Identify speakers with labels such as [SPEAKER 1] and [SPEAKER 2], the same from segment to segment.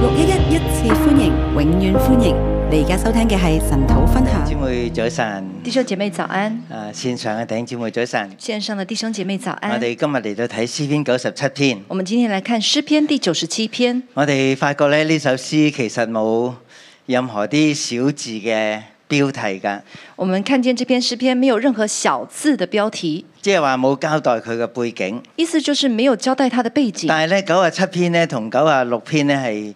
[SPEAKER 1] 六一一一次歡迎，永遠歡迎！你而家收聽嘅係神土分
[SPEAKER 2] 姊
[SPEAKER 1] 享。
[SPEAKER 2] 妹早晨，
[SPEAKER 3] 弟兄姐妹早安，
[SPEAKER 2] 啊線上嘅頂姊妹早晨，
[SPEAKER 3] 线上的弟兄姐妹早
[SPEAKER 2] 我
[SPEAKER 3] 安。
[SPEAKER 2] 哋今日嚟到睇詩篇九十七篇，
[SPEAKER 3] 我们今天来看诗篇第九十七篇。
[SPEAKER 2] 我哋發覺咧呢首詩其實冇任何啲小字嘅標題㗎，
[SPEAKER 3] 我们看见这篇诗篇没有任何小字的标题，
[SPEAKER 2] 即係話冇交代佢嘅背景。
[SPEAKER 3] 意思就是没有交代它的背景。
[SPEAKER 2] 但係咧九十七篇咧同九十六篇咧係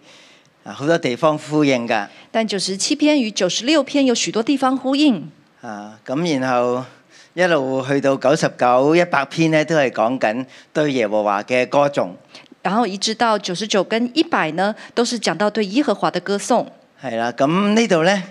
[SPEAKER 2] 啊好多地方呼應㗎，
[SPEAKER 3] 但九十七篇与九十六篇有许多地方呼应，
[SPEAKER 2] 啊咁然後一路去到九十九、一百篇咧都係講緊對耶和華嘅歌頌。
[SPEAKER 3] 然后一直到九十九跟一百呢，都是讲到对耶和华的歌颂。
[SPEAKER 2] 係啦，咁呢度呢，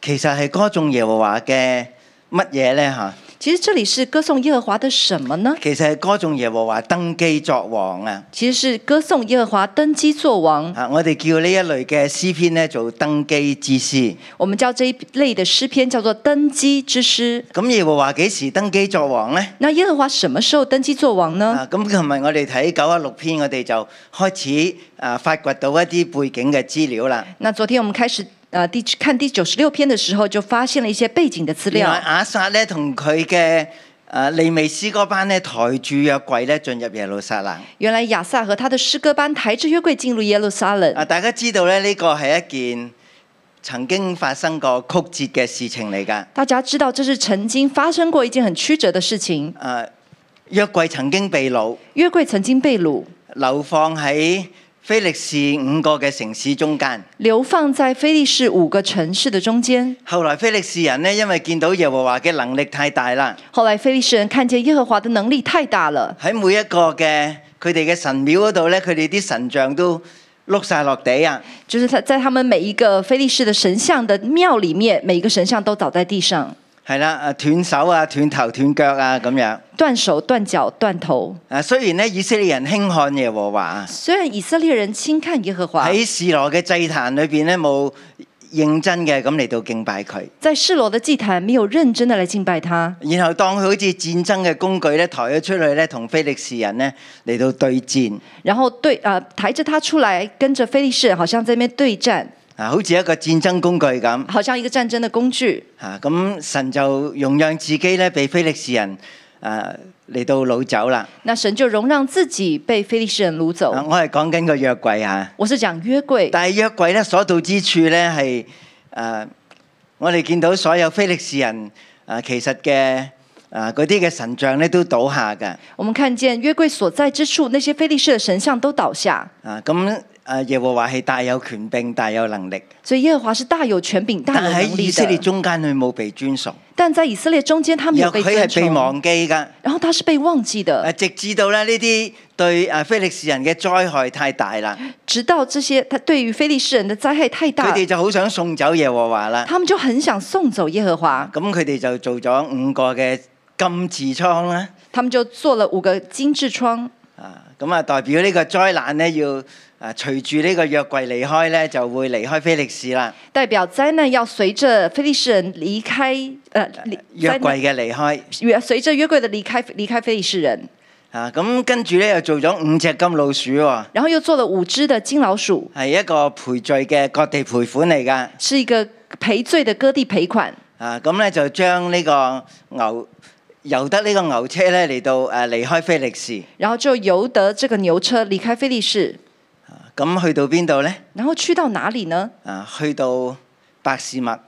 [SPEAKER 2] 其實係歌頌耶和華嘅乜嘢呢？嚇？
[SPEAKER 3] 其实这里是歌颂耶和华的什么呢？
[SPEAKER 2] 其實係歌頌耶和華登基作王啊！
[SPEAKER 3] 其实是歌颂耶和华登基作王。
[SPEAKER 2] 啊，我哋叫呢一類嘅詩篇呢做登基之詩。
[SPEAKER 3] 我们叫这一类的诗篇叫做登基之诗。
[SPEAKER 2] 咁耶和華幾時登基作王呢？
[SPEAKER 3] 那耶和华什么时候登基作王呢？
[SPEAKER 2] 啊，咁琴日我哋睇九啊六篇，我哋就開始啊發掘到一啲背景嘅資料啦。
[SPEAKER 3] 那昨天我们开始呃第看第九十六篇的时候，就发现了一些背景的资
[SPEAKER 2] 原啊
[SPEAKER 3] 料
[SPEAKER 2] 來。亞撒呢同佢嘅啊利未詩歌班呢抬住約櫃呢進入耶路撒冷。
[SPEAKER 3] 原来亚萨和他的诗歌班抬着约柜进入耶路撒冷。
[SPEAKER 2] 啊，大家知道咧，呢個係一件曾經發生過曲折嘅事情嚟㗎。
[SPEAKER 3] 大家知道，这是曾经发生过一件很曲折的事情。
[SPEAKER 2] 啊，約櫃曾經被掳，
[SPEAKER 3] 约柜曾经被掳，
[SPEAKER 2] 流放喺菲力士五個嘅城市中間。
[SPEAKER 3] 流放在菲利士五个城市的中间。
[SPEAKER 2] 後來菲力士人呢，因為見到耶和華嘅能力太大啦，
[SPEAKER 3] 后来菲利士人看见耶和华的能力太大了，
[SPEAKER 2] 喺每一個嘅佢哋嘅神廟嗰度咧，佢哋啲神像都碌晒落地啊！
[SPEAKER 3] 就是他在他们每一个菲利士的神像的庙里面，每一个神像都倒在地上，
[SPEAKER 2] 係啦，啊斷手啊，斷頭斷腳啊咁樣。
[SPEAKER 3] 断手、断脚、断头。
[SPEAKER 2] 啊，雖然呢，以色列人輕看耶和華啊。
[SPEAKER 3] 虽然以色列人轻看耶和华，
[SPEAKER 2] 喺示羅嘅祭壇裏邊咧，冇認真嘅咁嚟到敬拜佢，
[SPEAKER 3] 在示罗的祭坛没有认真的来敬拜他，
[SPEAKER 2] 然後當佢好似戰爭嘅工具咧，抬咗出去咧，同非利士人咧嚟到對戰
[SPEAKER 3] 然后对呃抬着他出来，跟着菲利士人好像在那边对战，
[SPEAKER 2] 啊，好似一個戰爭工具咁
[SPEAKER 3] 好像一个战争的工具。
[SPEAKER 2] 啊。咁神就容讓自己咧被非利士人啊嚟到擄走啦。
[SPEAKER 3] 那神就容让自己被菲利士人掳
[SPEAKER 2] 啊
[SPEAKER 3] 走。
[SPEAKER 2] 我係講緊個約櫃啊，
[SPEAKER 3] 我是讲约柜，
[SPEAKER 2] 但係約櫃咧所到之處咧係誒，我哋見到所有非利士人啊，其實嘅啊嗰啲嘅神像咧都倒下㗎。
[SPEAKER 3] 我们看见约柜所在之处，那些菲利士的神像都倒下，
[SPEAKER 2] 啊，咁啊耶和華係大有權柄、大有能力，
[SPEAKER 3] 所以耶和华是大有权柄、大
[SPEAKER 2] 但
[SPEAKER 3] 有
[SPEAKER 2] 喺
[SPEAKER 3] 能
[SPEAKER 2] 以
[SPEAKER 3] 力
[SPEAKER 2] 色列
[SPEAKER 3] 的。
[SPEAKER 2] 中間佢冇被尊崇，
[SPEAKER 3] 但在以色列中间，他们
[SPEAKER 2] 又
[SPEAKER 3] 有被
[SPEAKER 2] 佢
[SPEAKER 3] 尊
[SPEAKER 2] 係被
[SPEAKER 3] 崇，
[SPEAKER 2] 忘記噶。
[SPEAKER 3] 然后他是被忘记
[SPEAKER 2] 啊，
[SPEAKER 3] 的，
[SPEAKER 2] 直至到咧呢啲對啊非利士人嘅災害太大啦，
[SPEAKER 3] 直到这些他对于菲利士人的灾害太
[SPEAKER 2] 佢
[SPEAKER 3] 大，
[SPEAKER 2] 哋就好想送走耶和華啦。
[SPEAKER 3] 他们就很想送走耶和华。
[SPEAKER 2] 咁佢哋就做咗五個嘅金字倉啦。
[SPEAKER 3] 他们就做了五个金痔疮，
[SPEAKER 2] 啊，咁啊代表呢個災難咧要啊隨住呢個約櫃離開咧，就會離開非利士啦。
[SPEAKER 3] 代表灾难要随着菲利士人离开，呃，离
[SPEAKER 2] 約
[SPEAKER 3] 灾
[SPEAKER 2] 櫃嘅離開
[SPEAKER 3] 难约随着约柜的离开，离开菲利士人，
[SPEAKER 2] 啊，咁跟住咧又做咗五隻金老鼠喎、
[SPEAKER 3] 然后又做了五只的金老鼠，
[SPEAKER 2] 係一個賠罪嘅各地賠款嚟㗎。
[SPEAKER 3] 是一个赔罪的割地赔款，
[SPEAKER 2] 啊，咁咧就將呢個牛由得呢個牛車咧嚟到誒離開菲力士。
[SPEAKER 3] 然后就由得这个牛车离开菲利士，
[SPEAKER 2] 咁去到邊度咧？
[SPEAKER 3] 然后去到哪里呢？
[SPEAKER 2] 啊，去到百事麥。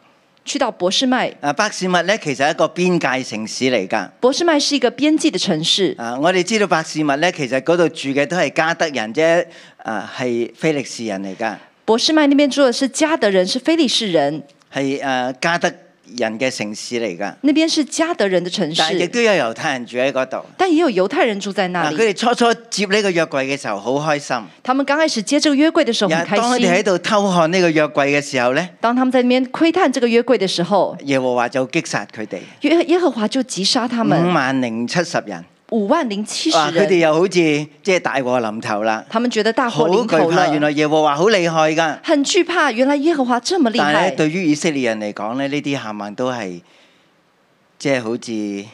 [SPEAKER 3] 去到博士麦，
[SPEAKER 2] 啊，百事麥咧其實係一個邊界城市嚟㗎。
[SPEAKER 3] 博士麦是一个边际的城市，
[SPEAKER 2] 啊，我哋知道百事麥咧，其實嗰度住嘅都係加德人啫，啊係菲力士人嚟㗎，
[SPEAKER 3] 博士麦那边住的是加德人，是菲利士人，
[SPEAKER 2] 係誒、啊加德人嘅城市嚟㗎。
[SPEAKER 3] 那边是加德人的城
[SPEAKER 2] 但啊係亦
[SPEAKER 3] 市，
[SPEAKER 2] 都有猶太人住喺嗰度。
[SPEAKER 3] 但也有犹太人住在那
[SPEAKER 2] 嗱，
[SPEAKER 3] 里。
[SPEAKER 2] 佢哋初初接呢個約櫃嘅時候，好開心。
[SPEAKER 3] 他们刚开始接这个约柜的时候很
[SPEAKER 2] 然
[SPEAKER 3] 开
[SPEAKER 2] 後當佢哋喺
[SPEAKER 3] 心，
[SPEAKER 2] 度偷看呢個約櫃嘅時候咧，
[SPEAKER 3] 当他们在那边窥探这个约柜的时候，
[SPEAKER 2] 耶和華就擊殺佢哋
[SPEAKER 3] 耶耶和华就击杀他
[SPEAKER 2] 五
[SPEAKER 3] 们
[SPEAKER 2] 萬零七十人。
[SPEAKER 3] 五万零七十
[SPEAKER 2] 哇！嗯啊佢哋
[SPEAKER 3] 人，
[SPEAKER 2] 又好似即係大禍臨頭啦，
[SPEAKER 3] 他们觉得大
[SPEAKER 2] 好
[SPEAKER 3] 祸临
[SPEAKER 2] 懼
[SPEAKER 3] 头
[SPEAKER 2] 怕。原
[SPEAKER 3] 了，
[SPEAKER 2] 來耶和華好厲害㗎，
[SPEAKER 3] 很惧怕。原来耶和华这么厉
[SPEAKER 2] 但係咧
[SPEAKER 3] 害，
[SPEAKER 2] 對於以色列人嚟講咧，呢啲下萬都係即係好似誒、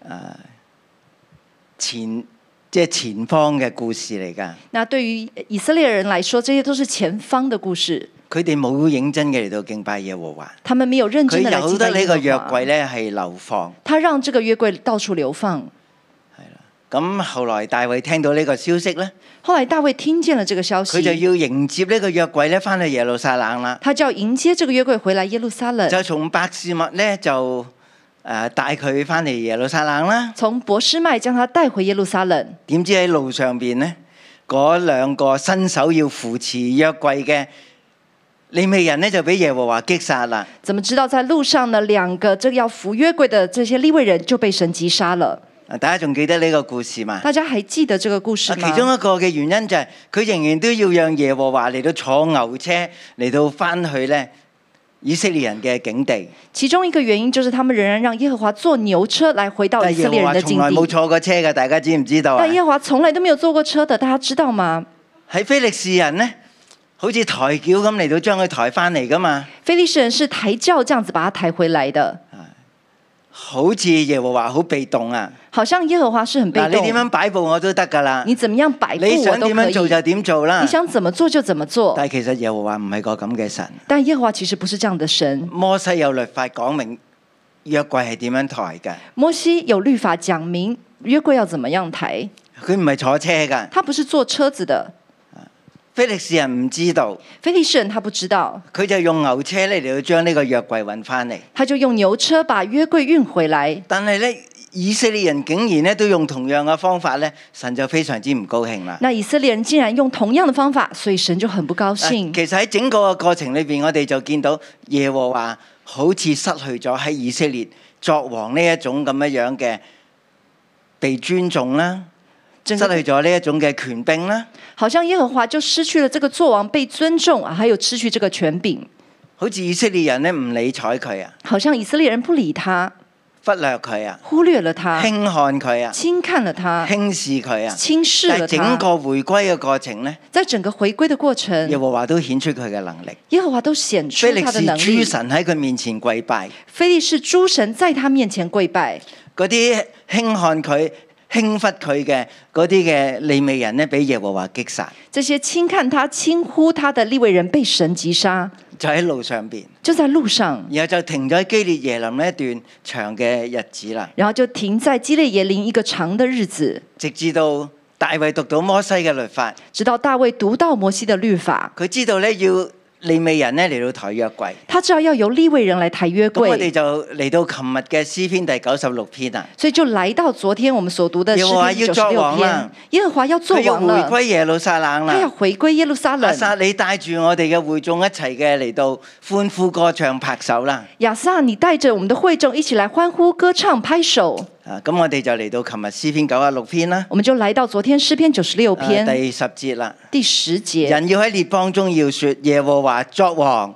[SPEAKER 2] 呃前即係前方嘅故事嚟㗎。
[SPEAKER 3] 那对于以色列人来说，这些都是前方的故事，
[SPEAKER 2] 佢哋冇認真嘅嚟到敬拜耶和華，
[SPEAKER 3] 他们没有认
[SPEAKER 2] 佢
[SPEAKER 3] 真的来
[SPEAKER 2] 由
[SPEAKER 3] 祭
[SPEAKER 2] 得
[SPEAKER 3] 拜
[SPEAKER 2] 呢個
[SPEAKER 3] 耶
[SPEAKER 2] 約
[SPEAKER 3] 和华
[SPEAKER 2] 櫃。咧係流放。
[SPEAKER 3] 他让这个约柜到处流放。
[SPEAKER 2] 咁後來大衛聽到呢個消息咧，
[SPEAKER 3] 后来大卫听见了这个消
[SPEAKER 2] 佢就
[SPEAKER 3] 息，
[SPEAKER 2] 要迎接呢個約櫃咧翻去耶路撒冷啦，
[SPEAKER 3] 他就要迎接这个约柜回来耶路撒冷，
[SPEAKER 2] 就從伯示麥咧就誒帶佢翻嚟耶路撒冷啦。
[SPEAKER 3] 从博斯麦将他带回耶路撒冷。
[SPEAKER 2] 點知喺路上邊咧，嗰兩個伸手要扶持約櫃嘅利未人咧就俾耶和華擊殺啦。
[SPEAKER 3] 怎么知道在路上呢？两个这个要扶约柜的这些立位人就被神击杀了。
[SPEAKER 2] 啊大家仲記得呢個故事嘛？
[SPEAKER 3] 大家还记得这个故事
[SPEAKER 2] 啊，
[SPEAKER 3] 吗？
[SPEAKER 2] 其中一個嘅原因就係佢仍然都要讓耶和華嚟到坐牛車嚟到翻去咧以色列人嘅境地，
[SPEAKER 3] 其中一个原因就是他们仍然讓耶和華坐牛車來回到
[SPEAKER 2] 但
[SPEAKER 3] 以
[SPEAKER 2] 係
[SPEAKER 3] 色
[SPEAKER 2] 耶
[SPEAKER 3] 列
[SPEAKER 2] 和華
[SPEAKER 3] 人的境
[SPEAKER 2] 從來冇
[SPEAKER 3] 地。
[SPEAKER 2] 坐過車嘅，大家知唔知道啊
[SPEAKER 3] 但？耶和華從來都沒有坐過車的，大家知道嗎？
[SPEAKER 2] 喺菲力士人咧，好似抬轎咁嚟到將佢抬翻嚟噶嘛，
[SPEAKER 3] 非利士人是抬轿這樣子把他抬回來的，
[SPEAKER 2] 好似耶和華好被動啊！
[SPEAKER 3] 好像耶和華是很被
[SPEAKER 2] 嗱，你點
[SPEAKER 3] 動。
[SPEAKER 2] 樣擺佈我都得㗎啦，
[SPEAKER 3] 你怎麼樣擺布
[SPEAKER 2] 你
[SPEAKER 3] 我
[SPEAKER 2] 想
[SPEAKER 3] 都
[SPEAKER 2] 點
[SPEAKER 3] 可
[SPEAKER 2] 樣做
[SPEAKER 3] 以，
[SPEAKER 2] 就點做啦
[SPEAKER 3] 你。想怎麼做就怎麼做。
[SPEAKER 2] 但係其實耶和華唔係個咁嘅神，
[SPEAKER 3] 但耶和華其實不是這樣的神。
[SPEAKER 2] 摩西有律法講明約櫃係點樣抬㗎，
[SPEAKER 3] 摩西有律法講明約櫃要怎麼樣抬，
[SPEAKER 2] 佢唔係坐車㗎。
[SPEAKER 3] 他不是坐車子的。
[SPEAKER 2] 菲力士人唔知道。
[SPEAKER 3] 非利士人他不知道，
[SPEAKER 2] 佢就用牛車咧嚟到將呢個約櫃運翻嚟，
[SPEAKER 3] 他就用牛車把約櫃運回來。
[SPEAKER 2] 但係咧以色列人竟然咧都用同樣嘅方法咧，神就非常之唔高興啦。
[SPEAKER 3] 那以色列人竟然用同樣的方法，所以神就很不高
[SPEAKER 2] 啊
[SPEAKER 3] 興。
[SPEAKER 2] 其實喺整個嘅過程裏邊，我哋就見到耶和華好似失去咗喺以色列作王呢一種咁樣樣嘅被尊重啦，失
[SPEAKER 3] 整
[SPEAKER 2] 去
[SPEAKER 3] 個
[SPEAKER 2] 咗呢一種嘅權柄啦，
[SPEAKER 3] 好像耶和华就失去了这个作王被尊重啊，还有失去这个权柄，
[SPEAKER 2] 好似以色列人咧唔理睬佢啊，
[SPEAKER 3] 好像以色列人不理他，
[SPEAKER 2] 忽略佢啊，
[SPEAKER 3] 忽略了他，
[SPEAKER 2] 輕看佢啊，
[SPEAKER 3] 轻看了他，
[SPEAKER 2] 輕視佢啊。
[SPEAKER 3] 轻视
[SPEAKER 2] 但
[SPEAKER 3] 了
[SPEAKER 2] 係整
[SPEAKER 3] 他。
[SPEAKER 2] 個回歸嘅過程咧，
[SPEAKER 3] 在整个回归的过
[SPEAKER 2] 耶
[SPEAKER 3] 程，
[SPEAKER 2] 和華都顯出佢嘅能力。
[SPEAKER 3] 耶和华都显出
[SPEAKER 2] 菲力
[SPEAKER 3] 他
[SPEAKER 2] 士
[SPEAKER 3] 的能
[SPEAKER 2] 諸
[SPEAKER 3] 力。
[SPEAKER 2] 神喺佢面前跪拜，
[SPEAKER 3] 非利士诸神在他面前跪拜，
[SPEAKER 2] 嗰啲輕看佢、輕忽佢嘅嗰啲嘅利未人呢，俾耶和華擊殺，
[SPEAKER 3] 这些轻看他、轻呼他的利未人被神击杀，
[SPEAKER 2] 就喺路上邊，
[SPEAKER 3] 就在路上，
[SPEAKER 2] 然後就停咗喺基列耶林呢一段長嘅日子啦，
[SPEAKER 3] 然后就停在基列耶林一个长的日子，
[SPEAKER 2] 直至到大衛讀到摩西嘅律法，
[SPEAKER 3] 直到大卫读到摩西的律法，
[SPEAKER 2] 佢知道呢要利未人呢嚟到抬約櫃。
[SPEAKER 3] 他知道要由利未人来抬约
[SPEAKER 2] 咁我
[SPEAKER 3] 柜。
[SPEAKER 2] 哋就嚟到琴日嘅詩篇第九十六篇啊，
[SPEAKER 3] 所以就来到昨天我们所读的
[SPEAKER 2] 耶
[SPEAKER 3] 诗
[SPEAKER 2] 和华
[SPEAKER 3] 篇
[SPEAKER 2] 要
[SPEAKER 3] 九十
[SPEAKER 2] 作
[SPEAKER 3] 六
[SPEAKER 2] 王
[SPEAKER 3] 篇
[SPEAKER 2] 了，
[SPEAKER 3] 耶和华要做
[SPEAKER 2] 佢要
[SPEAKER 3] 王啊了，
[SPEAKER 2] 回歸耶路撒冷
[SPEAKER 3] 他要
[SPEAKER 2] 啦。
[SPEAKER 3] 回归耶路撒
[SPEAKER 2] 阿
[SPEAKER 3] 冷。
[SPEAKER 2] 撒你帶住我哋嘅會眾一齊嘅嚟到歡呼歌唱拍手啦！
[SPEAKER 3] 亚撒，你带着我们的会众一起来欢呼、歌唱、拍手。
[SPEAKER 2] 啊，咁我哋就嚟到琴日詩篇九啊六篇啦，
[SPEAKER 3] 我们就来到昨天诗篇九十六
[SPEAKER 2] 啊
[SPEAKER 3] 篇、
[SPEAKER 2] 第十節啦。
[SPEAKER 3] 第十节，
[SPEAKER 2] 人要喺列邦中要說耶和華作王，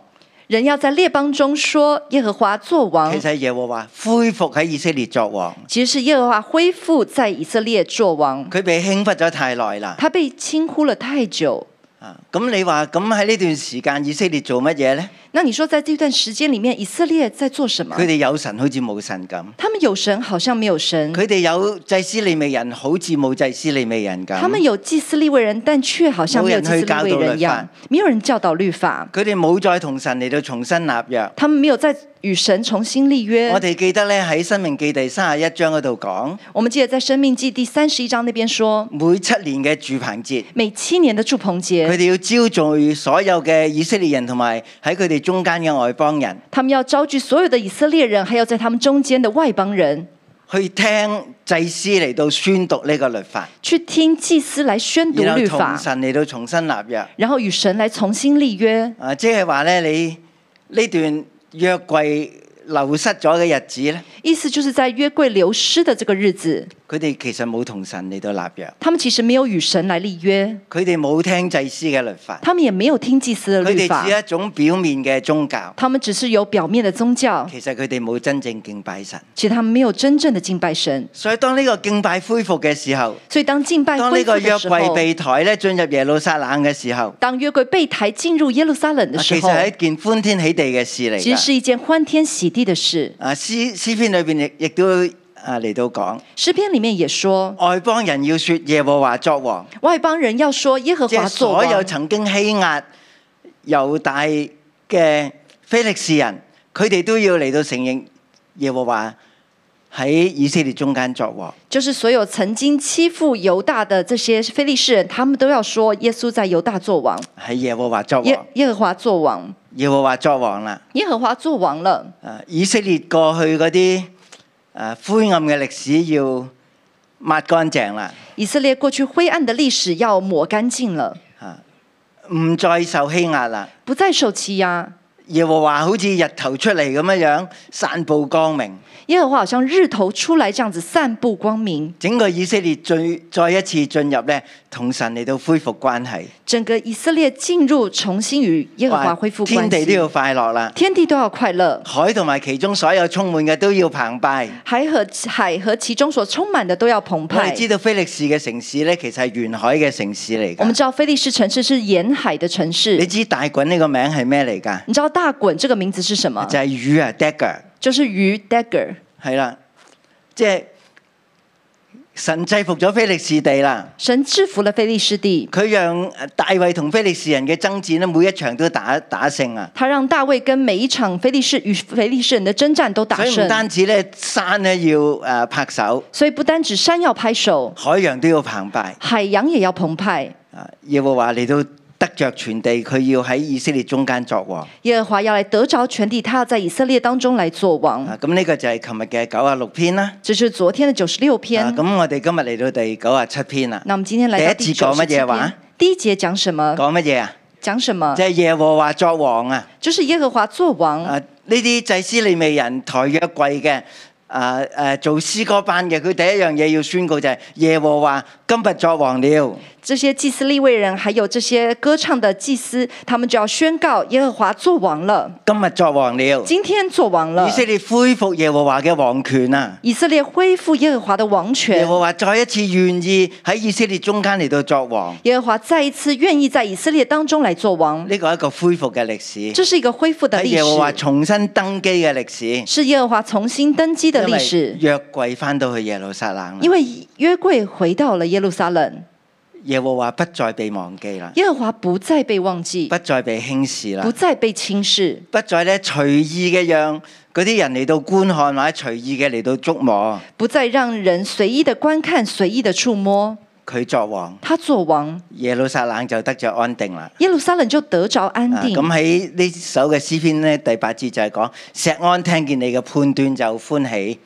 [SPEAKER 3] 人要在列邦中说耶和华作王
[SPEAKER 2] 其，實耶和華恢復喺以色列作王，
[SPEAKER 3] 其实是耶和华恢复在以色列作王。
[SPEAKER 2] 佢被輕忽咗太耐啦。
[SPEAKER 3] 他被轻忽了太久。
[SPEAKER 2] 啊，咁你話咁喺呢段時間以色列做乜嘢呢？
[SPEAKER 3] 那你说，在这段时间里面，以色列在做什么
[SPEAKER 2] 佢？哋有神好似冇神咁，
[SPEAKER 3] 他们有神，好像没有神；
[SPEAKER 2] 佢哋有祭司利未人好似冇祭司利未人咁，
[SPEAKER 3] 他们有祭司立位人，但却好像没有祭司立位人一样，没有人教导律法，
[SPEAKER 2] 佢哋冇再同神嚟到重新立約。
[SPEAKER 3] 他们没有在与神重新立约
[SPEAKER 2] 我。哋記得咧喺《生命記》第三十一章嗰度講，
[SPEAKER 3] 我们记得在《生命记》第三十一章那边说，
[SPEAKER 2] 每七年嘅住棚節。
[SPEAKER 3] 每七年的祝棚
[SPEAKER 2] 佢
[SPEAKER 3] 节，
[SPEAKER 2] 哋要招聚所有嘅以色列人同埋喺佢哋中間嘅外邦人
[SPEAKER 3] 他们要招聚所有的以色列人，还有在他们中间的外邦人，
[SPEAKER 2] 去聽祭司嚟到宣讀呢個律法，
[SPEAKER 3] 去听祭司来宣读
[SPEAKER 2] 然後
[SPEAKER 3] 律
[SPEAKER 2] 同
[SPEAKER 3] 法，
[SPEAKER 2] 神嚟到重新立約。
[SPEAKER 3] 然后与神来重新立约。
[SPEAKER 2] 啊，即係話咧，你呢段約櫃流失咗嘅日子咧，
[SPEAKER 3] 意思就是在约柜流失的这个日子，
[SPEAKER 2] 佢哋其實冇同神嚟到立約，
[SPEAKER 3] 他们其实没有与神来立约，
[SPEAKER 2] 佢哋冇聽祭司嘅律法，
[SPEAKER 3] 他们也没有听祭司的
[SPEAKER 2] 佢
[SPEAKER 3] 律
[SPEAKER 2] 哋
[SPEAKER 3] 法
[SPEAKER 2] 只，係一種表面嘅宗教。
[SPEAKER 3] 他们只是有表面的宗教。
[SPEAKER 2] 其實佢哋冇真正敬拜神，
[SPEAKER 3] 其实他们没有真正的敬拜神。
[SPEAKER 2] 所以當呢個敬拜恢復嘅時候，
[SPEAKER 3] 所以當敬拜
[SPEAKER 2] 當呢
[SPEAKER 3] 哎恢
[SPEAKER 2] 個
[SPEAKER 3] 复的
[SPEAKER 2] 約
[SPEAKER 3] 时候
[SPEAKER 2] 櫃，被抬咧進入耶路撒冷嘅時候，
[SPEAKER 3] 当约柜被抬进入耶路撒冷的时
[SPEAKER 2] 啊其實
[SPEAKER 3] 候，
[SPEAKER 2] 係一件歡天喜地嘅事嚟
[SPEAKER 3] 其实
[SPEAKER 2] 㗎。
[SPEAKER 3] 是一件欢天喜地的事。
[SPEAKER 2] 啊，詩詩篇裏邊亦亦都啊嚟到講，
[SPEAKER 3] 诗篇里面也说，
[SPEAKER 2] 外邦人要說耶和華作王，
[SPEAKER 3] 外邦人要说耶和
[SPEAKER 2] 即
[SPEAKER 3] 华
[SPEAKER 2] 係
[SPEAKER 3] 作
[SPEAKER 2] 所有
[SPEAKER 3] 王，
[SPEAKER 2] 曾經欺壓猶大嘅非利士人，佢哋都要嚟到承認耶和華喺以色列中間作王。
[SPEAKER 3] 就是所有曾经欺负犹大的这些非利士人，他们都要说耶稣在犹大作王，
[SPEAKER 2] 喺耶和華作
[SPEAKER 3] 耶
[SPEAKER 2] 王，
[SPEAKER 3] 耶和华作王，
[SPEAKER 2] 耶和華作王啦。
[SPEAKER 3] 耶和华作王了。
[SPEAKER 2] 啊以色列過去嗰啲誒灰暗嘅歷史要抹乾淨啦，
[SPEAKER 3] 以色列过去灰暗的历史要抹干净了，
[SPEAKER 2] 唔再受欺壓啦。
[SPEAKER 3] 不再受欺压。
[SPEAKER 2] 耶和華好似日頭出嚟咁樣樣，散佈光明，
[SPEAKER 3] 耶和华好像日头出来这样子散布光明，
[SPEAKER 2] 整個以色列最再一次進入咧同神嚟到恢復關係，
[SPEAKER 3] 整个以色列进入重新与耶和华恢复
[SPEAKER 2] 天
[SPEAKER 3] 关
[SPEAKER 2] 地都
[SPEAKER 3] 系，
[SPEAKER 2] 要快樂啦，
[SPEAKER 3] 天地都要快乐，
[SPEAKER 2] 海同埋其中所有充滿嘅都要澎湃。
[SPEAKER 3] 海和海和其中所充满的都要澎
[SPEAKER 2] 我哋
[SPEAKER 3] 湃。
[SPEAKER 2] 知道菲力士嘅城市咧，其實係沿海嘅城市嚟
[SPEAKER 3] 我们
[SPEAKER 2] 㗎。
[SPEAKER 3] 知道菲利士城市是沿海的城市
[SPEAKER 2] 你，知大滾呢個名係咩嚟㗎？
[SPEAKER 3] 你知道大滚这个名字是什么？
[SPEAKER 2] 就係魚啊 dagger。
[SPEAKER 3] 就是鱼 dagger，
[SPEAKER 2] 係啦，即係神制服咗菲力士地啦。
[SPEAKER 3] 神制服了菲利士地，
[SPEAKER 2] 佢讓大衛同菲力士人嘅爭戰咧，每一場都打打勝啊！
[SPEAKER 3] 他让大卫跟每一场菲利士与菲利士人的征战都打
[SPEAKER 2] 所以唔
[SPEAKER 3] 胜。
[SPEAKER 2] 單止咧山咧要誒拍手，
[SPEAKER 3] 所以不单指山要拍手，
[SPEAKER 2] 海洋都要澎湃。
[SPEAKER 3] 海洋也要澎湃。
[SPEAKER 2] 啊，耶和華嚟到得着全地，佢要喺以色列中間作王。
[SPEAKER 3] 耶和华要来得着全地，他要在以色列当中来做王。
[SPEAKER 2] 啊，咁呢個就係琴日嘅九啊六篇啦。
[SPEAKER 3] 这是昨天的九十六篇。
[SPEAKER 2] 啊，咁我哋今日嚟到第九啊七篇啦。
[SPEAKER 3] 那我们今天来到
[SPEAKER 2] 第一
[SPEAKER 3] 第
[SPEAKER 2] 节讲啊
[SPEAKER 3] 九
[SPEAKER 2] 乜
[SPEAKER 3] 十
[SPEAKER 2] 嘢
[SPEAKER 3] 七
[SPEAKER 2] 话
[SPEAKER 3] 篇。第一节讲什么？
[SPEAKER 2] 講乜嘢啊？
[SPEAKER 3] 讲什么
[SPEAKER 2] 即？係耶和華作王啊！
[SPEAKER 3] 就是耶和华作王。
[SPEAKER 2] 啊！呢啲祭司利未人抬約櫃嘅，啊誒做詩歌班嘅，佢第一樣嘢要宣告就係耶和華今日作王了。
[SPEAKER 3] 这些祭司立位人，还有这些歌唱的祭司，他们就要宣告耶和华作王了，
[SPEAKER 2] 今日作王了，
[SPEAKER 3] 今天作王了
[SPEAKER 2] 以。色列恢復耶和華嘅王權啊！
[SPEAKER 3] 以色列恢复耶和华的王
[SPEAKER 2] 耶
[SPEAKER 3] 权。
[SPEAKER 2] 和華再一次願意喺以色列中間嚟到作王，
[SPEAKER 3] 耶和华再一次愿意在以色列当中来做王，
[SPEAKER 2] 呢個係一個恢復嘅歷史，
[SPEAKER 3] 这是一个恢复的
[SPEAKER 2] 喺
[SPEAKER 3] 历
[SPEAKER 2] 耶和華
[SPEAKER 3] 史，
[SPEAKER 2] 重新登基嘅歷史，
[SPEAKER 3] 是耶和华重新登基的
[SPEAKER 2] 因
[SPEAKER 3] 历
[SPEAKER 2] 為
[SPEAKER 3] 史。
[SPEAKER 2] 約櫃翻到去耶路撒冷啦，
[SPEAKER 3] 因为约柜回到了耶路撒冷，
[SPEAKER 2] 耶和華不再被忘記啦，
[SPEAKER 3] 耶和華不再被忘记，
[SPEAKER 2] 不再被輕視啦
[SPEAKER 3] 不。再被轻视，
[SPEAKER 2] 不再咧隨意嘅讓嗰啲人嚟到觀看或者隨意嘅嚟到觸摸
[SPEAKER 3] 不再让人随意的观看、随意的触摸。
[SPEAKER 2] 佢作王，
[SPEAKER 3] 他做王，
[SPEAKER 2] 耶路撒冷就得着安定啦。
[SPEAKER 3] 耶路撒冷就得着安
[SPEAKER 2] 啊
[SPEAKER 3] 定。
[SPEAKER 2] 咁喺呢首嘅詩篇咧，第八節就係講錫安聽見你嘅判斷就歡喜，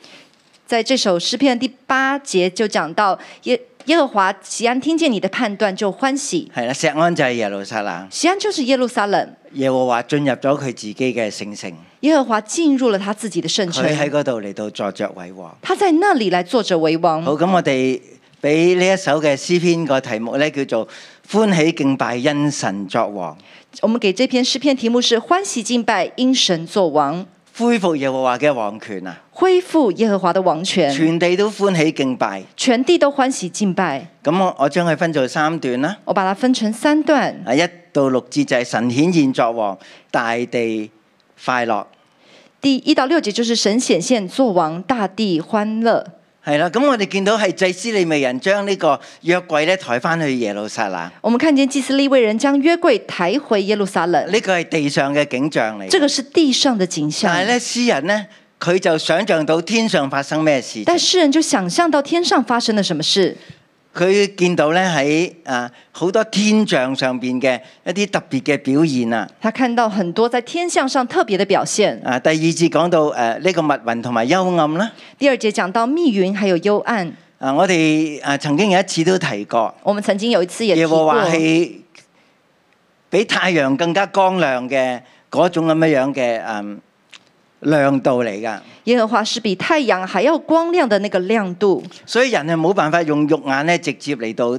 [SPEAKER 3] 在这首诗篇的第八节就讲到耶耶和华西安听见你的判断就欢喜，
[SPEAKER 2] 係啦，錫安就係耶路撒冷，
[SPEAKER 3] 西安就是耶路撒冷，
[SPEAKER 2] 耶和華進入咗佢自己嘅聖城，
[SPEAKER 3] 耶和华进入了他自己的圣城
[SPEAKER 2] 佢，喺嗰度嚟到坐着為王。
[SPEAKER 3] 他在那里来坐着为
[SPEAKER 2] 好，
[SPEAKER 3] 王。
[SPEAKER 2] 咁我哋俾呢一首嘅詩篇個題目咧叫做歡喜敬拜因神作王。
[SPEAKER 3] 我们给这篇诗篇题目是欢喜敬拜因神作王，
[SPEAKER 2] 恢復耶和華嘅王權啊！
[SPEAKER 3] 恢复耶和华的王权，
[SPEAKER 2] 全地都歡喜敬拜。
[SPEAKER 3] 全地都欢喜敬拜。
[SPEAKER 2] 咁我我將佢分做三段啦。
[SPEAKER 3] 我把它分成三段，
[SPEAKER 2] 啊，一到六節就係神顯現作王，大地快樂。
[SPEAKER 3] 第一到六节就是神显现作王，大地欢乐。
[SPEAKER 2] 係啦，咁我哋見到係祭司利未人將呢個約櫃咧抬翻去耶路撒冷，
[SPEAKER 3] 我们看见祭司利未人将约柜抬回耶路撒冷，
[SPEAKER 2] 呢個係地上嘅景象嚟。
[SPEAKER 3] 这个是地上的景象。
[SPEAKER 2] 但係咧，詩人呢，佢就想像到天上發生咩事情
[SPEAKER 3] 但。世人就想象到天上发生了什么事，
[SPEAKER 2] 佢見到咧喺啊好多天象上邊嘅一啲特別嘅表現啊。
[SPEAKER 3] 他看到很多在天象上特别的表现。
[SPEAKER 2] 啊，第二節講到誒呢個密雲同埋幽暗啦。
[SPEAKER 3] 第二节讲到密云还有幽暗，
[SPEAKER 2] 啊，我哋啊曾經有一次都提過，
[SPEAKER 3] 我们曾经有一次也提
[SPEAKER 2] 耶和
[SPEAKER 3] 过，
[SPEAKER 2] 華係比太陽更加光亮嘅嗰種咁樣樣嘅嗯亮度嚟噶，
[SPEAKER 3] 耶和华是比太阳还要光亮的那个亮度，
[SPEAKER 2] 所以人係冇辦法用肉眼咧直接嚟到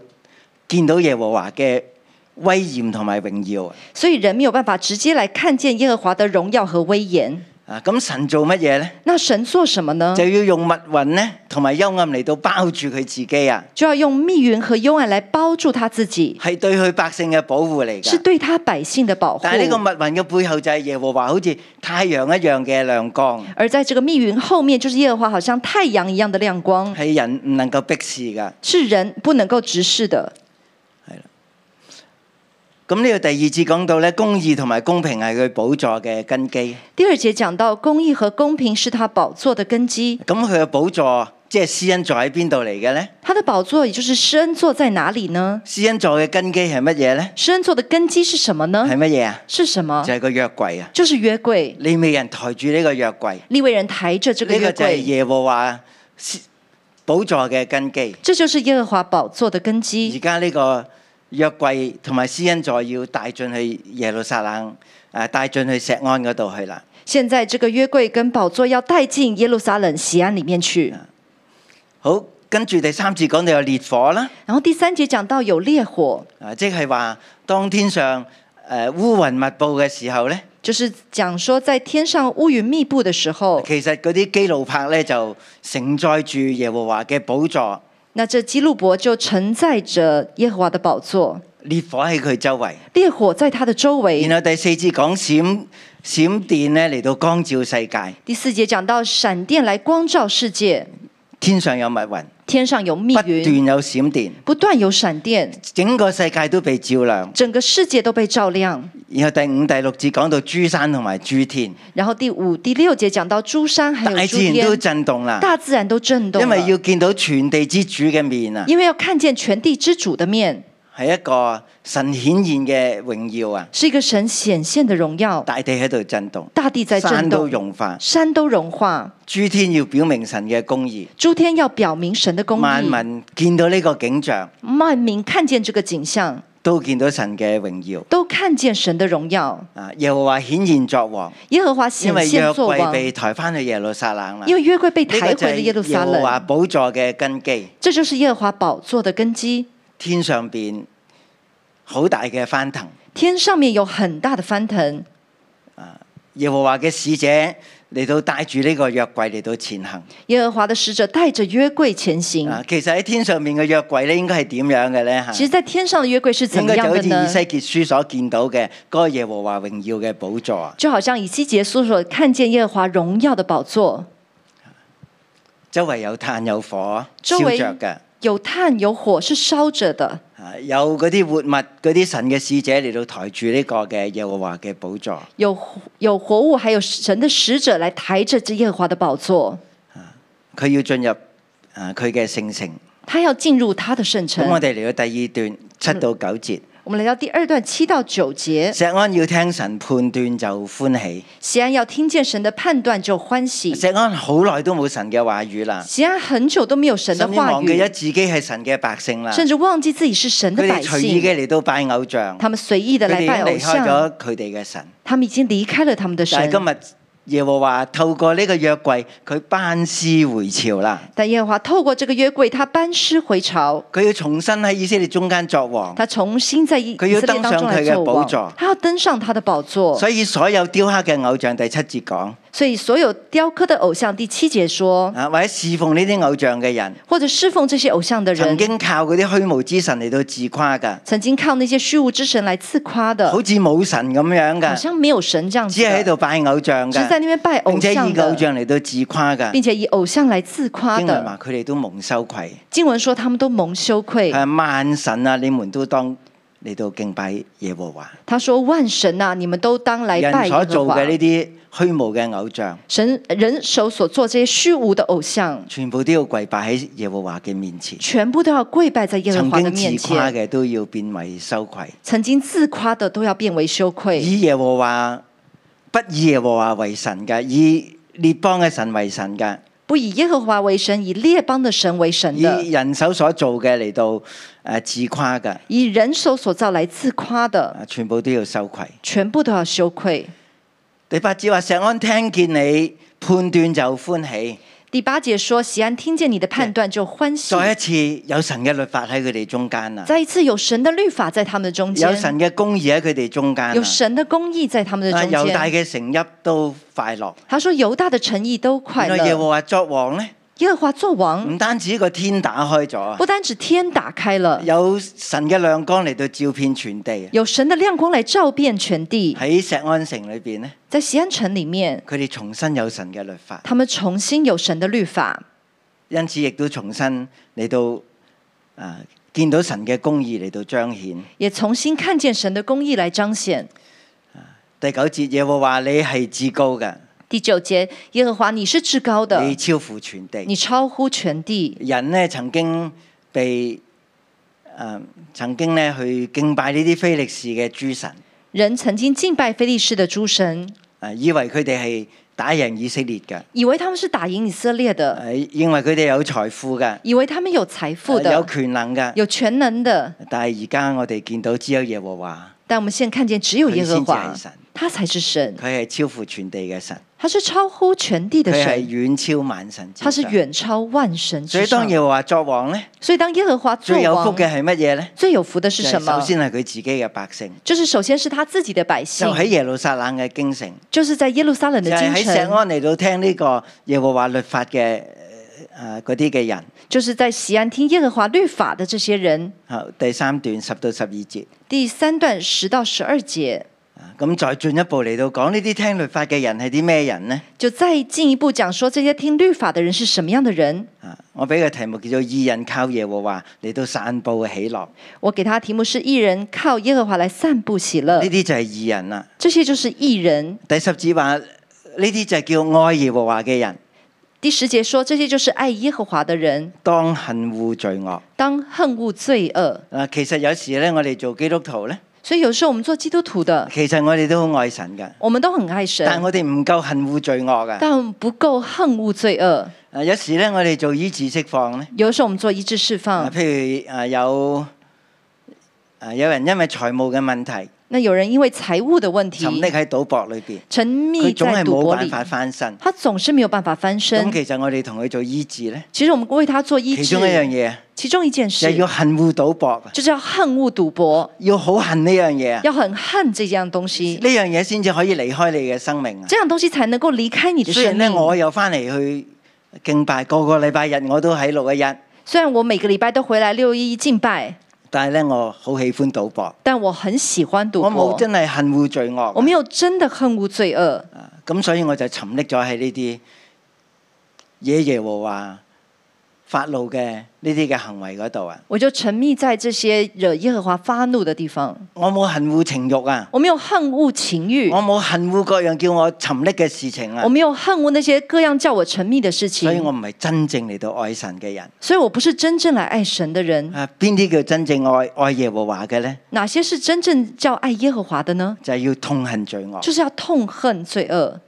[SPEAKER 2] 見到耶和華嘅威嚴同埋榮耀啊。
[SPEAKER 3] 所以人没有办法直接来看见耶和华的荣耀和威严。
[SPEAKER 2] 啊，咁神做乜嘢呢？
[SPEAKER 3] 那神做什么呢
[SPEAKER 2] 就？要用密云呢，同埋幽暗嚟到包住佢自己啊，
[SPEAKER 3] 就要用密云和幽暗来包住他自己，
[SPEAKER 2] 係對佢百姓嘅保護嚟
[SPEAKER 3] 是
[SPEAKER 2] 㗎。
[SPEAKER 3] 对他百姓的保护。
[SPEAKER 2] 但係呢個密雲嘅背後就係耶和華好似太陽一樣嘅亮光，
[SPEAKER 3] 而在这个密云后面，就是耶和华好像太阳一样的亮光，
[SPEAKER 2] 係人唔能夠逼視㗎。
[SPEAKER 3] 是人不能够直视的。
[SPEAKER 2] 咁呢個第二節講到呢，公義同埋公平係佢寶座嘅根基。
[SPEAKER 3] 第二节讲到公义和公平是他宝座的根基，
[SPEAKER 2] 咁佢嘅寶座即係施恩座喺邊度嚟嘅呢？
[SPEAKER 3] 他的宝座也就是施恩座在哪里呢？
[SPEAKER 2] 施恩座嘅根基係乜嘢呢？
[SPEAKER 3] 施恩座的根基是什么呢
[SPEAKER 2] 係？乜嘢啊？
[SPEAKER 3] 是什么
[SPEAKER 2] 就？係個約櫃啊！
[SPEAKER 3] 就是约柜。
[SPEAKER 2] 利未人抬住呢個約櫃，呢、
[SPEAKER 3] 利未人抬着这个
[SPEAKER 2] 個
[SPEAKER 3] 约
[SPEAKER 2] 就係
[SPEAKER 3] 柜，
[SPEAKER 2] 耶和華施寶座嘅根基。
[SPEAKER 3] 这就是耶和华宝座的根
[SPEAKER 2] 而
[SPEAKER 3] 基。
[SPEAKER 2] 家呢個約櫃同埋施恩座要帶進去耶路撒冷，誒帶進去錫安嗰度去啦。
[SPEAKER 3] 现在这个约柜跟宝座要带进耶路撒冷西安里面去。
[SPEAKER 2] 好，跟住第三節講到有烈火啦，
[SPEAKER 3] 然后第三节讲到有烈火，
[SPEAKER 2] 啊，即係話當天上誒、呃、烏雲密布嘅時候呢，
[SPEAKER 3] 就是讲说在天上乌云密布的时候，
[SPEAKER 2] 其實嗰啲基路柏呢就承載住耶和華嘅寶座，
[SPEAKER 3] 那这基路伯就承载着耶和华的宝座，
[SPEAKER 2] 烈火喺佢周圍。
[SPEAKER 3] 烈火在他的周围
[SPEAKER 2] 然。後第四節講閃閃電咧嚟到光照世界，
[SPEAKER 3] 第四节讲到闪电来光照世界，
[SPEAKER 2] 天上有密雲，
[SPEAKER 3] 天上有密
[SPEAKER 2] 不
[SPEAKER 3] 云，
[SPEAKER 2] 斷有閃電，
[SPEAKER 3] 不断有閃電，
[SPEAKER 2] 整個世界都被照亮。
[SPEAKER 3] 整個世界都被照亮。
[SPEAKER 2] 然後第五、第六節講到諸山同埋諸天，
[SPEAKER 3] 然後第五、第六節講到珠山還有
[SPEAKER 2] 大
[SPEAKER 3] 諸
[SPEAKER 2] 自然都
[SPEAKER 3] 天，
[SPEAKER 2] 震動啦，
[SPEAKER 3] 大自然都震動
[SPEAKER 2] 因
[SPEAKER 3] 了，
[SPEAKER 2] 為要見到全地之主嘅面啊，
[SPEAKER 3] 因為要看見全地之主的面，
[SPEAKER 2] 係一個神顯現嘅榮耀啊！
[SPEAKER 3] 是一個神顯現的榮耀，
[SPEAKER 2] 大地喺度震動，
[SPEAKER 3] 大地在
[SPEAKER 2] 山
[SPEAKER 3] 震
[SPEAKER 2] 都
[SPEAKER 3] 動，
[SPEAKER 2] 融化，
[SPEAKER 3] 山都融化，
[SPEAKER 2] 諸天要表明神嘅公義。
[SPEAKER 3] 諸天要表明神的公
[SPEAKER 2] 萬
[SPEAKER 3] 義。
[SPEAKER 2] 民見到呢個景象，
[SPEAKER 3] 萬民看見這個景象，
[SPEAKER 2] 都見到神嘅榮耀
[SPEAKER 3] 都看見神的榮耀。
[SPEAKER 2] 啊！耶和華顯現作王，
[SPEAKER 3] 耶和華
[SPEAKER 2] 因
[SPEAKER 3] 顯
[SPEAKER 2] 為約
[SPEAKER 3] 現作
[SPEAKER 2] 櫃
[SPEAKER 3] 王，
[SPEAKER 2] 被抬翻去耶路撒冷啦。
[SPEAKER 3] 因
[SPEAKER 2] 呢
[SPEAKER 3] 為約櫃被
[SPEAKER 2] 個
[SPEAKER 3] 抬
[SPEAKER 2] 就
[SPEAKER 3] 回了耶路
[SPEAKER 2] 係耶
[SPEAKER 3] 撒
[SPEAKER 2] 和華
[SPEAKER 3] 冷，
[SPEAKER 2] 寶座嘅根基，
[SPEAKER 3] 這就是耶和華寶座的根基。
[SPEAKER 2] 天上邊好大嘅翻騰。
[SPEAKER 3] 天上面有很大的翻腾，
[SPEAKER 2] 耶和華嘅使者嚟到帶住呢個約櫃嚟到前行。
[SPEAKER 3] 耶和華的使者带着约櫃前行。
[SPEAKER 2] 啊，其實喺天上面嘅約櫃咧，應該係點樣嘅咧？
[SPEAKER 3] 其
[SPEAKER 2] 嚇，
[SPEAKER 3] 實，在天上的約櫃是怎
[SPEAKER 2] 應
[SPEAKER 3] 麼
[SPEAKER 2] 該就
[SPEAKER 3] 樣
[SPEAKER 2] 好
[SPEAKER 3] 的
[SPEAKER 2] 似以西
[SPEAKER 3] 呢？
[SPEAKER 2] 結書所見到嘅嗰、個耶和華榮耀嘅寶座啊，
[SPEAKER 3] 就好像以西結書所看見耶和華榮耀的寶座，
[SPEAKER 2] 周圍有炭有火
[SPEAKER 3] 周
[SPEAKER 2] 燒
[SPEAKER 3] 圍
[SPEAKER 2] 着嘅。
[SPEAKER 3] 有炭有火是燒着的，
[SPEAKER 2] 啊！有嗰啲活物、嗰啲神嘅使者嚟到抬住呢個嘅耶和華嘅寶座，
[SPEAKER 3] 有有活物，還有神的使者來抬着这耶和華的寶座，
[SPEAKER 2] 佢要進入啊佢嘅聖城。
[SPEAKER 3] 他要進入他的聖城
[SPEAKER 2] 咁。我哋嚟到第二段七到九節，
[SPEAKER 3] 我們來到第二段七到九節，
[SPEAKER 2] 石安要聽神判斷就歡喜。
[SPEAKER 3] 西安要聽見神的判斷就歡喜。
[SPEAKER 2] 石安好耐都冇神嘅話語啦。
[SPEAKER 3] 西安很久都沒有神的
[SPEAKER 2] 甚至忘
[SPEAKER 3] 話
[SPEAKER 2] 記咗
[SPEAKER 3] 語，
[SPEAKER 2] 自己係神嘅百姓啦。
[SPEAKER 3] 甚
[SPEAKER 2] 佢
[SPEAKER 3] 至忘記自己是神的
[SPEAKER 2] 哋
[SPEAKER 3] 百
[SPEAKER 2] 隨意
[SPEAKER 3] 姓。
[SPEAKER 2] 嘅嚟到拜偶像，
[SPEAKER 3] 他们隨意的
[SPEAKER 2] 佢哋
[SPEAKER 3] 來
[SPEAKER 2] 已經
[SPEAKER 3] 拜偶
[SPEAKER 2] 離開
[SPEAKER 3] 像，
[SPEAKER 2] 咗佢哋嘅神。
[SPEAKER 3] 他們已經離開了他們的
[SPEAKER 2] 但
[SPEAKER 3] 神
[SPEAKER 2] 係。今日耶和華透過呢個約櫃，佢班師回朝啦。
[SPEAKER 3] 但耶和華透過這個約櫃，他班師回朝，
[SPEAKER 2] 佢要重新喺以色列中間作王，
[SPEAKER 3] 他重新在以以
[SPEAKER 2] 佢要
[SPEAKER 3] 色列當中來
[SPEAKER 2] 登上
[SPEAKER 3] 做
[SPEAKER 2] 佢嘅寶座
[SPEAKER 3] 王，他要登上他的寶座。
[SPEAKER 2] 所以所有雕刻嘅偶像，第七節講
[SPEAKER 3] 所以所有雕刻的偶像，第七節說，
[SPEAKER 2] 啊，或者侍奉呢啲偶像嘅人，
[SPEAKER 3] 或者侍奉這些偶像的
[SPEAKER 2] 曾
[SPEAKER 3] 人，
[SPEAKER 2] 經靠嗰啲虛無之神嚟到自誇㗎，
[SPEAKER 3] 曾經靠那些虛無之神來自誇
[SPEAKER 2] 好
[SPEAKER 3] 的，
[SPEAKER 2] 似冇神咁樣
[SPEAKER 3] 呃好
[SPEAKER 2] 㗎，
[SPEAKER 3] 像沒有神這樣
[SPEAKER 2] 只係喺
[SPEAKER 3] 子的，
[SPEAKER 2] 度拜偶像
[SPEAKER 3] 只是在
[SPEAKER 2] 㗎，
[SPEAKER 3] 那邊拜偶
[SPEAKER 2] 並且以
[SPEAKER 3] 像
[SPEAKER 2] 偶
[SPEAKER 3] 的，
[SPEAKER 2] 像嚟到自誇㗎。
[SPEAKER 3] 並且以偶像來自誇
[SPEAKER 2] 經文
[SPEAKER 3] 的。
[SPEAKER 2] 話佢哋都蒙羞愧。
[SPEAKER 3] 經文說他們都蒙羞愧。
[SPEAKER 2] 係萬神啊！你們都當嚟到敬拜耶和華。
[SPEAKER 3] 他說：萬神啊，你們都當來拜
[SPEAKER 2] 人
[SPEAKER 3] 耶
[SPEAKER 2] 所
[SPEAKER 3] 和
[SPEAKER 2] 做
[SPEAKER 3] 華
[SPEAKER 2] 嘅。呢啲虛無嘅偶像，
[SPEAKER 3] 神人手所做這些虛無的偶像，
[SPEAKER 2] 全部都要跪拜喺耶和華嘅面前。
[SPEAKER 3] 全部都要跪拜在耶和
[SPEAKER 2] 曾
[SPEAKER 3] 華的
[SPEAKER 2] 經自
[SPEAKER 3] 面前。
[SPEAKER 2] 誇嘅都要變為羞愧，
[SPEAKER 3] 曾經自誇的都要變為羞愧，
[SPEAKER 2] 以耶和華不以耶和華為神嘅，以列邦嘅神為神嘅，
[SPEAKER 3] 不以耶和華為神，以列邦的神為神的
[SPEAKER 2] 以，人手所做嘅嚟到誒自誇嘅，
[SPEAKER 3] 以人手所造來自誇的，
[SPEAKER 2] 啊全部都要羞愧。
[SPEAKER 3] 全部都要羞愧。
[SPEAKER 2] 第八節話：石安聽見你判斷就歡喜。
[SPEAKER 3] 第八节说：“席安听见你的判断就欢喜。
[SPEAKER 2] 再一次有神嘅律法喺佢哋中間啦，
[SPEAKER 3] 再一次有神的律法在他们的中间，
[SPEAKER 2] 有神嘅公義喺佢哋中間
[SPEAKER 3] 有
[SPEAKER 2] 啦。
[SPEAKER 3] 神的公义在他们的
[SPEAKER 2] 啊，
[SPEAKER 3] 中
[SPEAKER 2] 猶大
[SPEAKER 3] 间。
[SPEAKER 2] 嘅城邑都快樂。
[SPEAKER 3] 他说犹大的诚意都快
[SPEAKER 2] 原來耶
[SPEAKER 3] 乐。
[SPEAKER 2] 和嗯華作王咧，
[SPEAKER 3] 耶和華作王，
[SPEAKER 2] 唔單止個天打開咗啊，
[SPEAKER 3] 不單指天打開了，
[SPEAKER 2] 有神嘅亮光嚟到照遍全地啊。
[SPEAKER 3] 有神的亮光来照遍全地。
[SPEAKER 2] 喺石安城裏邊咧，
[SPEAKER 3] 在西安城里面，
[SPEAKER 2] 佢哋重新有神嘅律法，
[SPEAKER 3] 他们重新有神的律法，
[SPEAKER 2] 因此亦都重新嚟到啊見到神嘅公義嚟到彰顯。
[SPEAKER 3] 也重新看見神的公义来彰顯。
[SPEAKER 2] 第九節耶和華你係至高嘅，
[SPEAKER 3] 第九节，耶和華你是至高的，
[SPEAKER 2] 你
[SPEAKER 3] 你
[SPEAKER 2] 超乎全地。
[SPEAKER 3] 超乎全地。
[SPEAKER 2] 人咧曾經被誒、呃曾經咧去敬拜呢啲非利士嘅諸神，誒、啊
[SPEAKER 3] 人曾經敬拜非利士的諸神，
[SPEAKER 2] 以為佢哋係打贏以色列嘅，誒、
[SPEAKER 3] 以為他們是打贏以色列的，
[SPEAKER 2] 認為佢哋有財富嘅，
[SPEAKER 3] 以為他們有財富
[SPEAKER 2] 呃有
[SPEAKER 3] 的，
[SPEAKER 2] 權能嘅。
[SPEAKER 3] 有全能的。
[SPEAKER 2] 但係而家我哋見到只有耶和華，
[SPEAKER 3] 但我們現在看見只有耶和
[SPEAKER 2] 佢
[SPEAKER 3] 華
[SPEAKER 2] 先至係神，
[SPEAKER 3] 他才是神，
[SPEAKER 2] 佢係超乎全地嘅神，
[SPEAKER 3] 他是超乎全地的
[SPEAKER 2] 佢係
[SPEAKER 3] 神。
[SPEAKER 2] 遠超萬神之
[SPEAKER 3] 他是
[SPEAKER 2] 上。
[SPEAKER 3] 远超萬神
[SPEAKER 2] 所
[SPEAKER 3] 之
[SPEAKER 2] 以當
[SPEAKER 3] 上。
[SPEAKER 2] 耶和華作王咧，
[SPEAKER 3] 所以当耶和華作
[SPEAKER 2] 最有福
[SPEAKER 3] 王，
[SPEAKER 2] 嘅係乜嘢咧？
[SPEAKER 3] 最有福的是
[SPEAKER 2] 就係
[SPEAKER 3] 什
[SPEAKER 2] 首
[SPEAKER 3] 麼？
[SPEAKER 2] 先係佢自己嘅百姓，
[SPEAKER 3] 就是首先是他自己的百姓
[SPEAKER 2] 就，喺耶路撒冷嘅京城。
[SPEAKER 3] 就是在耶路撒冷
[SPEAKER 2] 就
[SPEAKER 3] 的
[SPEAKER 2] 係
[SPEAKER 3] 京
[SPEAKER 2] 喺石
[SPEAKER 3] 城，
[SPEAKER 2] 安嚟到聽呢個耶和華律法嘅誒嗰啲嘅人。
[SPEAKER 3] 就是在西安听耶和華律法的这些人。
[SPEAKER 2] 好，啊第三段十到十二節。
[SPEAKER 3] 第三段十到十二节，
[SPEAKER 2] 啊咁再進一步嚟到講呢啲聽律法嘅人係啲咩人呢？
[SPEAKER 3] 就再进一步讲说这些听律法的人是什麼樣的人。
[SPEAKER 2] 啊，我俾個題目叫做義人靠耶和華嚟到散步喜樂，呢
[SPEAKER 3] 我給他的題目是：一人靠耶和華來散布喜樂。
[SPEAKER 2] 啲就係義人啦。
[SPEAKER 3] 这些就是一人。
[SPEAKER 2] 第十節話呢啲就係叫愛耶和華嘅人，
[SPEAKER 3] 第十节说，这些就是爱耶和華的人，
[SPEAKER 2] 當恨惡罪惡。
[SPEAKER 3] 當恨惡罪惡。
[SPEAKER 2] 嗱，啊其實有時咧，我哋做基督徒咧，
[SPEAKER 3] 所以有時候我們做基督徒的，
[SPEAKER 2] 其實我哋都好愛神㗎，
[SPEAKER 3] 我们都很愛神，
[SPEAKER 2] 但係我哋唔夠恨惡罪惡㗎。
[SPEAKER 3] 但不够恨恶罪恶。
[SPEAKER 2] 啊，有時咧，我哋做醫治釋放咧。
[SPEAKER 3] 有的时候我们做一致释
[SPEAKER 2] 啊，
[SPEAKER 3] 放，
[SPEAKER 2] 譬如啊有啊有人因為財務嘅問題，
[SPEAKER 3] 那有人因为财务的问题
[SPEAKER 2] 沉溺喺賭博裏邊，
[SPEAKER 3] 沉迷
[SPEAKER 2] 佢總
[SPEAKER 3] 在
[SPEAKER 2] 係
[SPEAKER 3] 赌
[SPEAKER 2] 冇
[SPEAKER 3] 博
[SPEAKER 2] 辦
[SPEAKER 3] 里，
[SPEAKER 2] 法翻身。
[SPEAKER 3] 他总是没有办法翻身
[SPEAKER 2] 咁。其實我哋同佢做醫治咧，
[SPEAKER 3] 其实我们为他做医
[SPEAKER 2] 其
[SPEAKER 3] 治
[SPEAKER 2] 中一，樣嘢
[SPEAKER 3] 其中一件
[SPEAKER 2] 就係
[SPEAKER 3] 事
[SPEAKER 2] 要恨惡賭博，啊
[SPEAKER 3] 就是要恨恶赌博，
[SPEAKER 2] 要好恨呢樣嘢，呢
[SPEAKER 3] 要很恨这样东西，
[SPEAKER 2] 樣嘢先至可以離開你嘅生命啊。
[SPEAKER 3] 这样东西才能够离开你的
[SPEAKER 2] 雖
[SPEAKER 3] 生
[SPEAKER 2] 然咧，
[SPEAKER 3] 命。
[SPEAKER 2] 我又翻嚟去敬拜，個個禮拜日我都喺六一一，
[SPEAKER 3] 虽然我每个礼拜都回来六一一敬拜，
[SPEAKER 2] 但係咧我好喜歡賭博，
[SPEAKER 3] 但我很喜欢赌
[SPEAKER 2] 我冇
[SPEAKER 3] 博，
[SPEAKER 2] 真係恨惡罪惡啊。
[SPEAKER 3] 我没有真的恨恶罪恶，
[SPEAKER 2] 啊咁所以我就沉溺咗喺呢啲耶耶和華法怒嘅呢啲嘅行為嗰度啊！
[SPEAKER 3] 我就沉迷在这些惹耶和华发怒的地方。
[SPEAKER 2] 我冇恨惡情慾啊！
[SPEAKER 3] 我没有恨恶情欲，
[SPEAKER 2] 我冇恨惡各樣叫我沉溺嘅事情啊
[SPEAKER 3] 嗯我！没有恨恶那些各样叫我沉迷的事情，
[SPEAKER 2] 所以我唔係真正嚟到愛神嘅人
[SPEAKER 3] 所以我不是真正来爱神的人。
[SPEAKER 2] 啊！邊啲叫真正愛愛耶和華嘅呢？
[SPEAKER 3] 哪些是真正叫爱耶和华的呢？
[SPEAKER 2] 就係、要痛恨罪惡。
[SPEAKER 3] 就是要痛恨罪恶。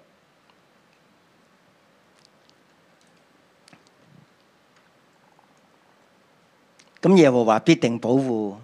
[SPEAKER 2] 咁耶和華必定保護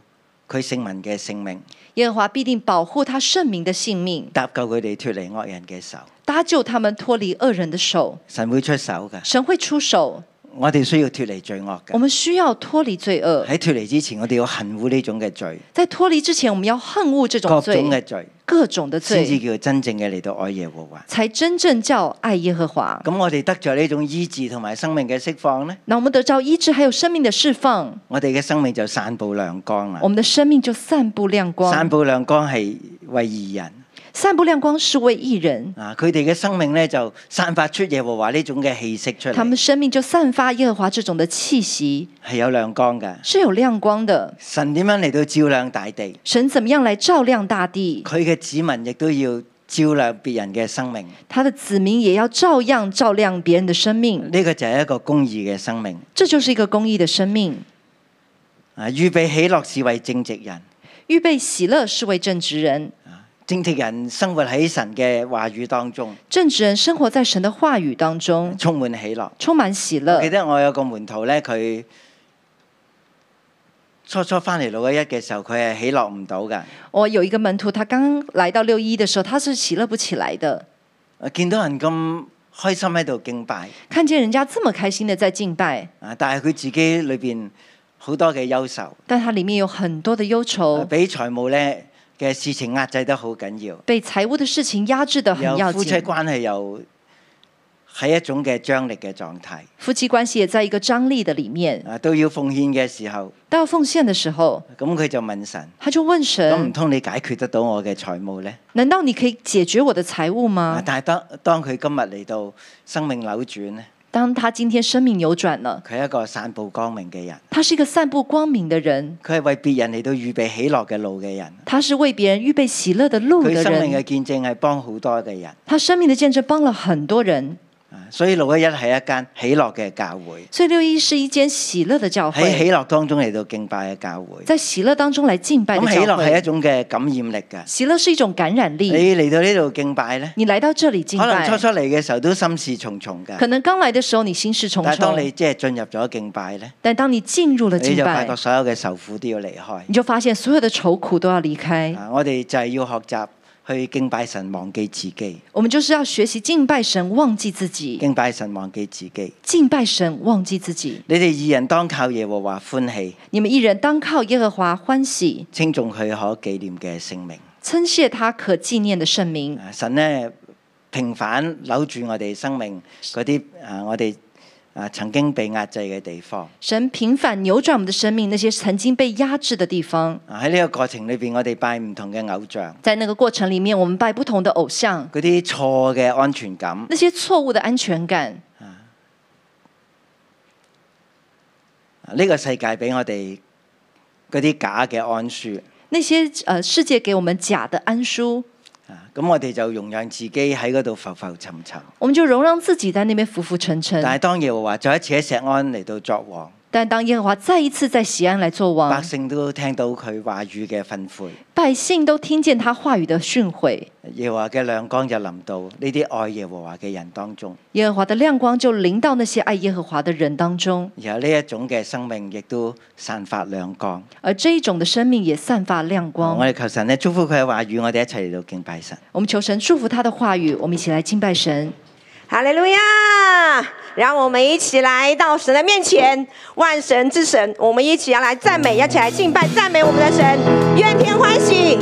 [SPEAKER 2] 佢聖民嘅性命，
[SPEAKER 3] 耶和华必定保护他圣民的性命，
[SPEAKER 2] 搭救佢哋脱離惡人嘅手。
[SPEAKER 3] 搭救他们脱离恶人的手。
[SPEAKER 2] 神會出手㗎，
[SPEAKER 3] 神会出手，
[SPEAKER 2] 我哋需要脱離罪惡
[SPEAKER 3] 我
[SPEAKER 2] 㗎。
[SPEAKER 3] 们需要脱离罪恶。
[SPEAKER 2] 喺脱離之前，我哋要恨惡呢種嘅罪。
[SPEAKER 3] 在脱离之前，我们要恨恶这种
[SPEAKER 2] 各
[SPEAKER 3] 罪，
[SPEAKER 2] 種嘅罪，
[SPEAKER 3] 各種的
[SPEAKER 2] 先至
[SPEAKER 3] 罪，
[SPEAKER 2] 叫真正嘅嚟到愛耶和華。
[SPEAKER 3] 才真正叫爱耶和华。
[SPEAKER 2] 咁我哋得着呢種醫治同埋生命嘅釋放呢，
[SPEAKER 3] 那我们得着医治，还有生命的释放，
[SPEAKER 2] 我哋嘅生命就散布亮光啦
[SPEAKER 3] 我。们的生命就散布亮光。
[SPEAKER 2] 散布亮光係為義人
[SPEAKER 3] 散布亮光是为一人，
[SPEAKER 2] 啊，佢哋嘅生命呢，就散發出耶和華呢種嘅氣息出
[SPEAKER 3] 他
[SPEAKER 2] 嚟
[SPEAKER 3] 们，生命就散发耶和華这种的气息，
[SPEAKER 2] 係有亮光嘅。
[SPEAKER 3] 是有亮光的。
[SPEAKER 2] 神點樣嚟到照亮大地？
[SPEAKER 3] 神怎么样来照亮大地？
[SPEAKER 2] 佢嘅子民亦都要照亮別人嘅生命。
[SPEAKER 3] 他的子民也要照样照亮别人的生命，
[SPEAKER 2] 呢、個就係一個公義嘅生命
[SPEAKER 3] 这就是一个公益的生命。
[SPEAKER 2] 啊！預備喜樂是為正直人，
[SPEAKER 3] 预备喜乐是为正直人，
[SPEAKER 2] 正直人生活喺神嘅話語當中，
[SPEAKER 3] 正直人生活在神的话语当中，
[SPEAKER 2] 充滿喜樂。
[SPEAKER 3] 充满喜
[SPEAKER 2] 我
[SPEAKER 3] 乐
[SPEAKER 2] 記。得我有個門徒咧，佢初初翻嚟六一一嘅時候，佢係喜樂唔到噶。
[SPEAKER 3] 我哦有一个门徒，他刚来到六一的时候，他是喜乐不起来的。
[SPEAKER 2] 見到人咁開心喺度敬拜
[SPEAKER 3] 看见人家这么開心的在敬拜，
[SPEAKER 2] 啊，但係佢自己裏邊好多嘅憂愁，啊
[SPEAKER 3] 但他里面有很多的憂愁，
[SPEAKER 2] 俾財務咧嘅事情壓制得好緊要。
[SPEAKER 3] 被財務的事情壓制啊得很
[SPEAKER 2] 有
[SPEAKER 3] 要
[SPEAKER 2] 夫妻
[SPEAKER 3] 緊。
[SPEAKER 2] 關係又喺一種嘅張力嘅狀態，
[SPEAKER 3] 夫妻關係也在一個張力的里面。
[SPEAKER 2] 啊都要奉獻嘅時候，
[SPEAKER 3] 到奉獻的時候，
[SPEAKER 2] 咁佢就問神：
[SPEAKER 3] 他就問
[SPEAKER 2] 咁唔
[SPEAKER 3] 神
[SPEAKER 2] 通你解決得到我嘅財務呢？
[SPEAKER 3] 難道你可以解決我的財務
[SPEAKER 2] 啊
[SPEAKER 3] 嗎？
[SPEAKER 2] 但係當當佢今日嚟到生命扭轉咧，
[SPEAKER 3] 當他今天生命扭轉了，
[SPEAKER 2] 佢係一個散佈光明嘅人，
[SPEAKER 3] 他是一個散布光明的人，
[SPEAKER 2] 佢係為別人嚟到預備喜樂嘅路嘅人，
[SPEAKER 3] 他是為別人預備喜樂的路
[SPEAKER 2] 佢
[SPEAKER 3] 的
[SPEAKER 2] 生命嘅
[SPEAKER 3] 人，
[SPEAKER 2] 見證係幫好多嘅人。
[SPEAKER 3] 他生命的見證幫了很多人。
[SPEAKER 2] 啊所以六一一係一間喜樂嘅教會，
[SPEAKER 3] 所以六一是一間喜樂的教
[SPEAKER 2] 喺
[SPEAKER 3] 會，
[SPEAKER 2] 喜樂當中嚟到敬拜嘅教會。
[SPEAKER 3] 在喜樂當中來敬拜的
[SPEAKER 2] 咁喜
[SPEAKER 3] 教
[SPEAKER 2] 樂係一
[SPEAKER 3] 會。
[SPEAKER 2] 種嘅感染力㗎。
[SPEAKER 3] 喜樂是一種感染力。
[SPEAKER 2] 你嚟到呢度敬拜呢？
[SPEAKER 3] 你來到這裡敬
[SPEAKER 2] 可能
[SPEAKER 3] 拜，
[SPEAKER 2] 初初嚟嘅時候都心事重重㗎，
[SPEAKER 3] 可能剛來的時候你心事重
[SPEAKER 2] 但係當你哎
[SPEAKER 3] 重，
[SPEAKER 2] 即係進入咗敬拜咧，
[SPEAKER 3] 但當你進入了
[SPEAKER 2] 你
[SPEAKER 3] 敬
[SPEAKER 2] 就發
[SPEAKER 3] 拜
[SPEAKER 2] 覺，所有嘅受苦都要離開。
[SPEAKER 3] 你就發現所有的愁苦都要離開。
[SPEAKER 2] 啊，我哋就係要學習去敬拜神，忘記自己；
[SPEAKER 3] 我們就是要學習敬拜神，忘記自己；
[SPEAKER 2] 敬拜神，忘記自己。
[SPEAKER 3] 敬拜神，忘記自己。
[SPEAKER 2] 你哋二人當靠耶和華歡喜，
[SPEAKER 3] 你們一人當靠耶和華歡喜，
[SPEAKER 2] 稱重佢可紀念嘅聖名。
[SPEAKER 3] 稱謝他可紀念的聖名。
[SPEAKER 2] 啊神呢，平反扭轉我哋生命嗰啲啊，我哋啊曾經被壓制嘅地方。
[SPEAKER 3] 神平反扭轉我們的生命，那些曾經被壓制的地方，
[SPEAKER 2] 啊喺呢個過程裏邊，我哋拜唔同嘅偶像，
[SPEAKER 3] 在那個過程裡面，我們拜不同的偶像，
[SPEAKER 2] 嗰啲錯嘅安全感。
[SPEAKER 3] 那些錯誤的安全感，
[SPEAKER 2] 啊呢個世界俾我哋嗰啲假嘅安舒
[SPEAKER 3] 那些呃世界給我們假的安舒，
[SPEAKER 2] 啊，咁我哋就容讓自己喺嗰度浮浮沉沉。
[SPEAKER 3] 我們就容讓自己在那邊浮浮沉沉。
[SPEAKER 2] 但係當耶和華再一次喺石安嚟到作王，
[SPEAKER 3] 但當耶和華再一次在錫安來做
[SPEAKER 2] 百
[SPEAKER 3] 王，
[SPEAKER 2] 姓都聽到佢話語嘅訓誨，
[SPEAKER 3] 百姓都聽見他話語的訓誨，
[SPEAKER 2] 耶和華嘅亮光就臨到呢啲愛耶和華嘅人當中，
[SPEAKER 3] 耶和華的亮光就臨到那些愛耶和華的人當中，
[SPEAKER 2] 然後呢一種嘅生命亦都散發亮光。
[SPEAKER 3] 而這一種的生命也散發亮光。
[SPEAKER 2] 我哋求神咧祝福佢嘅話語，我哋一齊嚟到敬拜神。
[SPEAKER 3] 我們求神祝福他的話語，我們一起來敬拜神。
[SPEAKER 4] 哈利路亚！让我们一起来到神的面前，万神之神，我们一起要来赞美，一起来敬拜，赞美我们的神。愿天欢喜，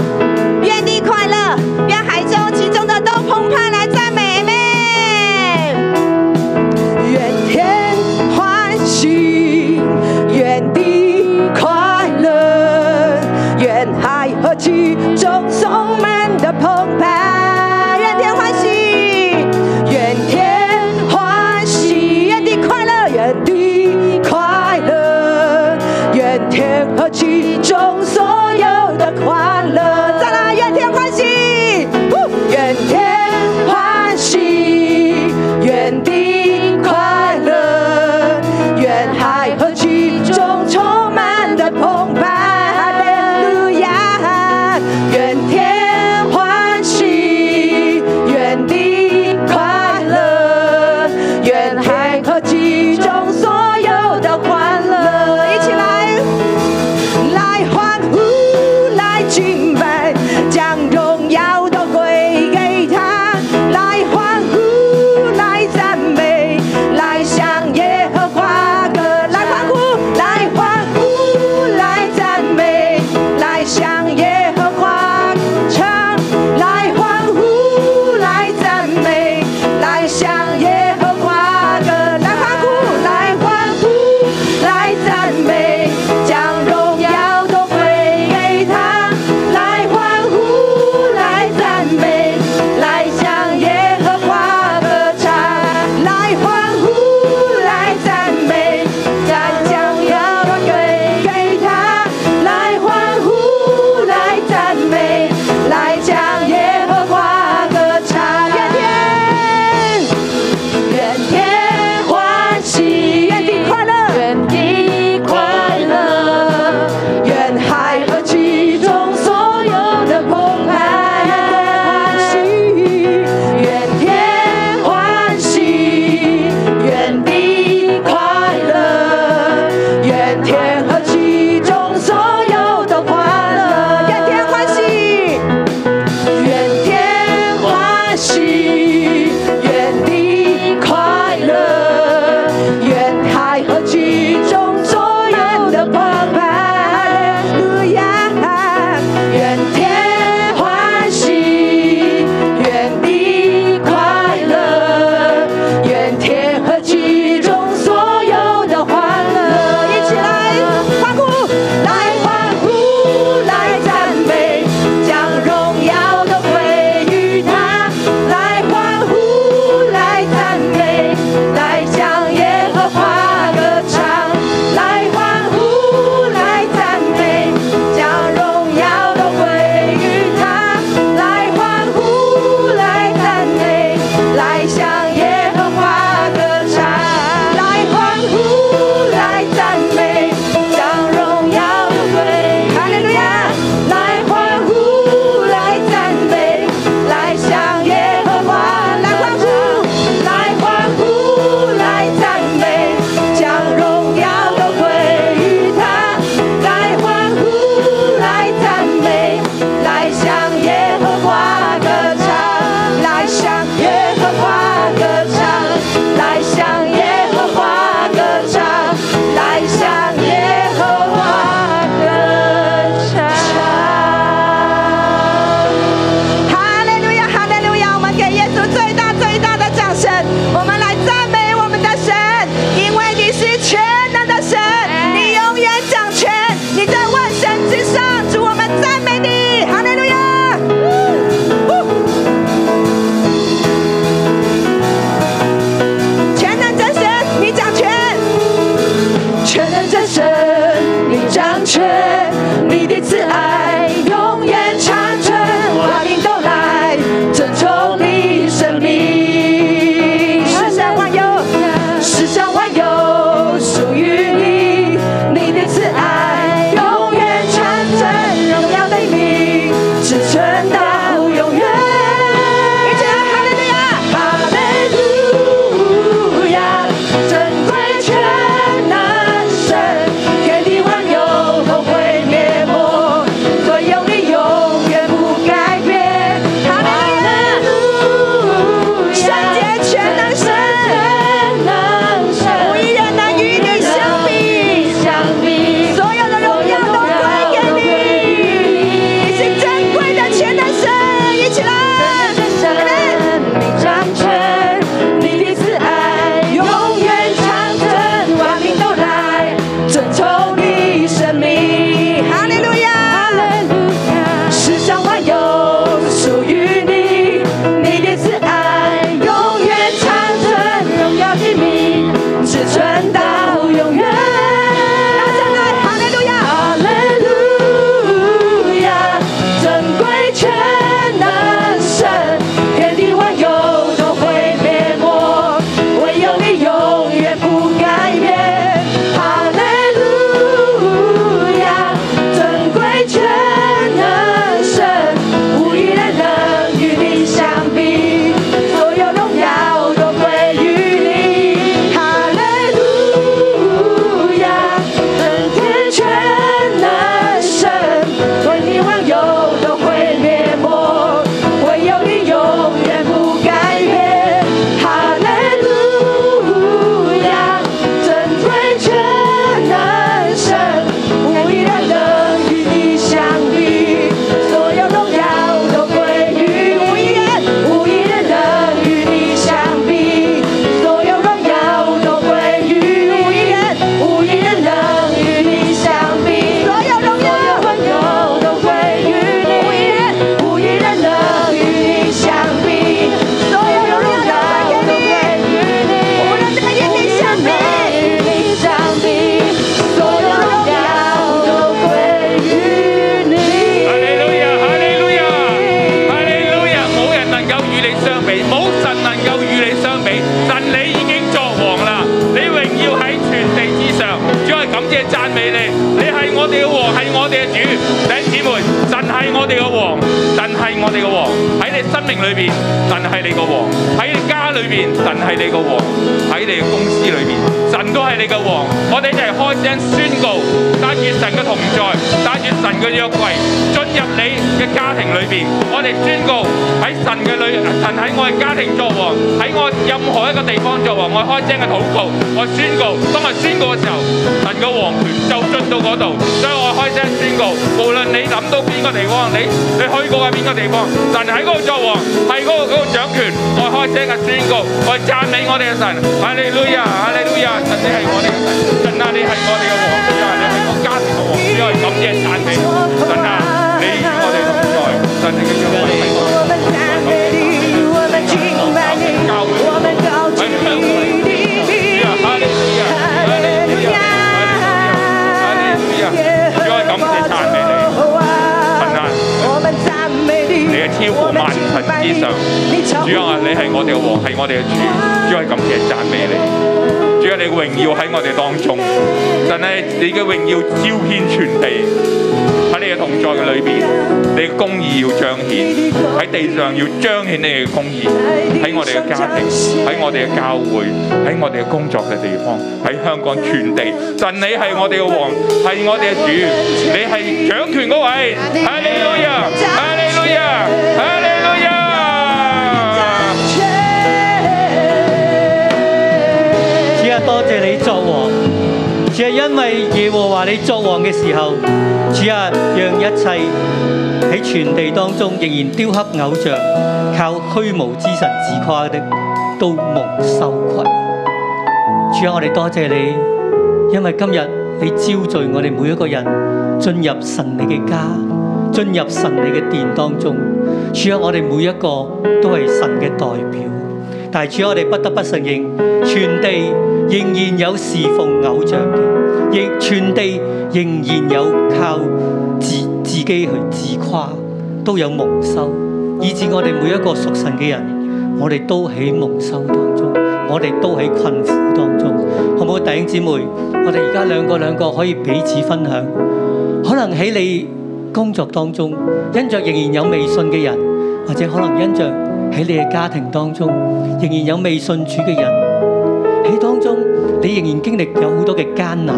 [SPEAKER 4] 愿地快乐，愿海中其中的都澎湃，来赞美妹。愿天欢喜，愿地快乐，愿海和其中充满的澎湃。愿天欢喜，愿天欢喜，愿地快乐，愿地快乐，愿天和其中所有的快乐。再来，愿天欢喜。
[SPEAKER 5] 喺你生命裏邊，神係你個王；喺你家裏邊，神係你個王；喺你嘅公司裏邊，神都係你嘅王。我哋一齊開聲宣告，帶住神嘅同在，帶住神嘅約櫃，進入你嘅家庭裏邊。我哋宣告喺神嘅裏，神喺我嘅家庭作王，喺我任何一個地方作王。我開聲嘅禱告，我宣告，當我宣告嘅時候，神嘅王權就進到嗰度。所以我開聲宣告，無論你諗到邊個地方，你你去過嘅邊個地方，神喺嗰度作王，喺嗰度嗰度掌權。我開聲嘅宣告，我讚美我哋嘅神，哈利路亞，哈利路亞，神你係我哋嘅神，神啊你係我哋嘅王，主啊你係我家庭嘅王，主啊感謝讚美，神啊你與我哋同在，神你嘅恩惠係我哋。
[SPEAKER 4] 我们赞美你，我们敬拜你，我们高举你的名，哈利路亚，耶和华
[SPEAKER 5] 神啊
[SPEAKER 4] 啊，我们赞美你，
[SPEAKER 5] 你係超乎萬神之上，主啊，你係我哋嘅王，係我哋嘅主，主啊，感謝讚美你，主啊，你嘅榮耀喺我哋當中，神啊，你嘅榮耀昭顯全地，喺你嘅同在嘅裏邊，你嘅公義要彰顯，喺地上要彰顯你嘅公義，喺我哋嘅家庭，喺我哋嘅教會，喺我哋嘅工作嘅地方，喺香港全地，神你係我哋嘅王，係我哋嘅主，你係掌權嗰位，哈利路亞，哈利路亞，哈利路亞。
[SPEAKER 6] 主啊，多謝你作王。主啊，因為耶和華你作王嘅時候，主啊，讓一切喺全地當中仍然雕刻偶像、靠虛無之神自誇的，都蒙羞愧。主啊，我哋多謝你，因為今日你招聚我哋每一個人進入神你嘅家，進入神你嘅殿當中。主啊，我哋每一個都係神嘅代表。但係主啊我哋不得不承認，全地仍然有侍奉偶像嘅，亦全地仍然有靠自自己去自誇，都有蒙羞，以致我哋每一個屬神嘅人，我哋都喺蒙羞當中，我哋都喺困苦當中，好唔好？弟兄姊妹，我哋而家兩個兩個可以彼此分享，可能喺你工作當中，因着仍然有未信嘅人。或者可能因着喺你嘅家庭當中，仍然有未信主嘅人，喺當中你仍然經歷有好多嘅艱難，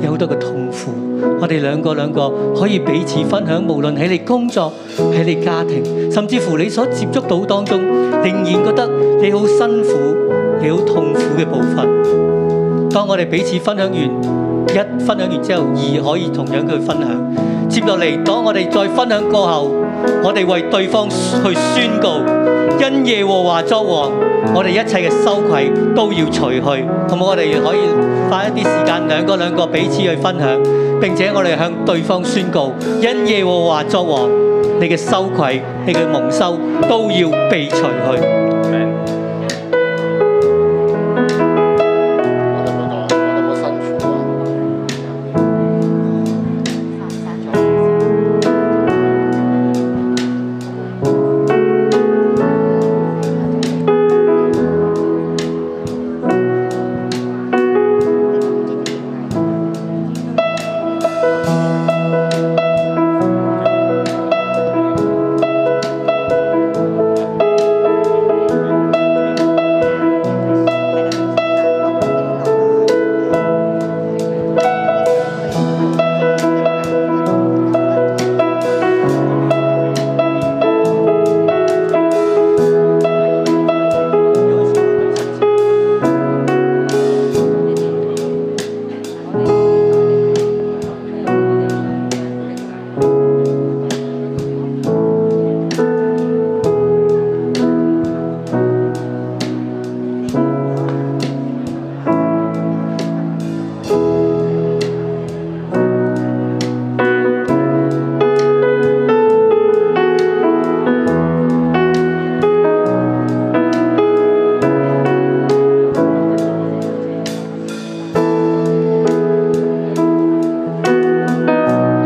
[SPEAKER 6] 有好多嘅痛苦。我哋兩個兩個可以彼此分享，無論喺你工作、喺你家庭，甚至乎你所接觸到當中，仍然覺得你好辛苦、你好痛苦嘅部分。當我哋彼此分享完一分享完之後，二可以同樣去分享。接落嚟，當我哋再分享過後，我哋為對方去宣告，因耶和華作王，我哋一切嘅羞愧都要除去。咁我哋可以花一啲時間，兩個兩個彼此去分享，並且我哋向對方宣告，因耶和華作王，你嘅羞愧、你嘅蒙羞都要被除去。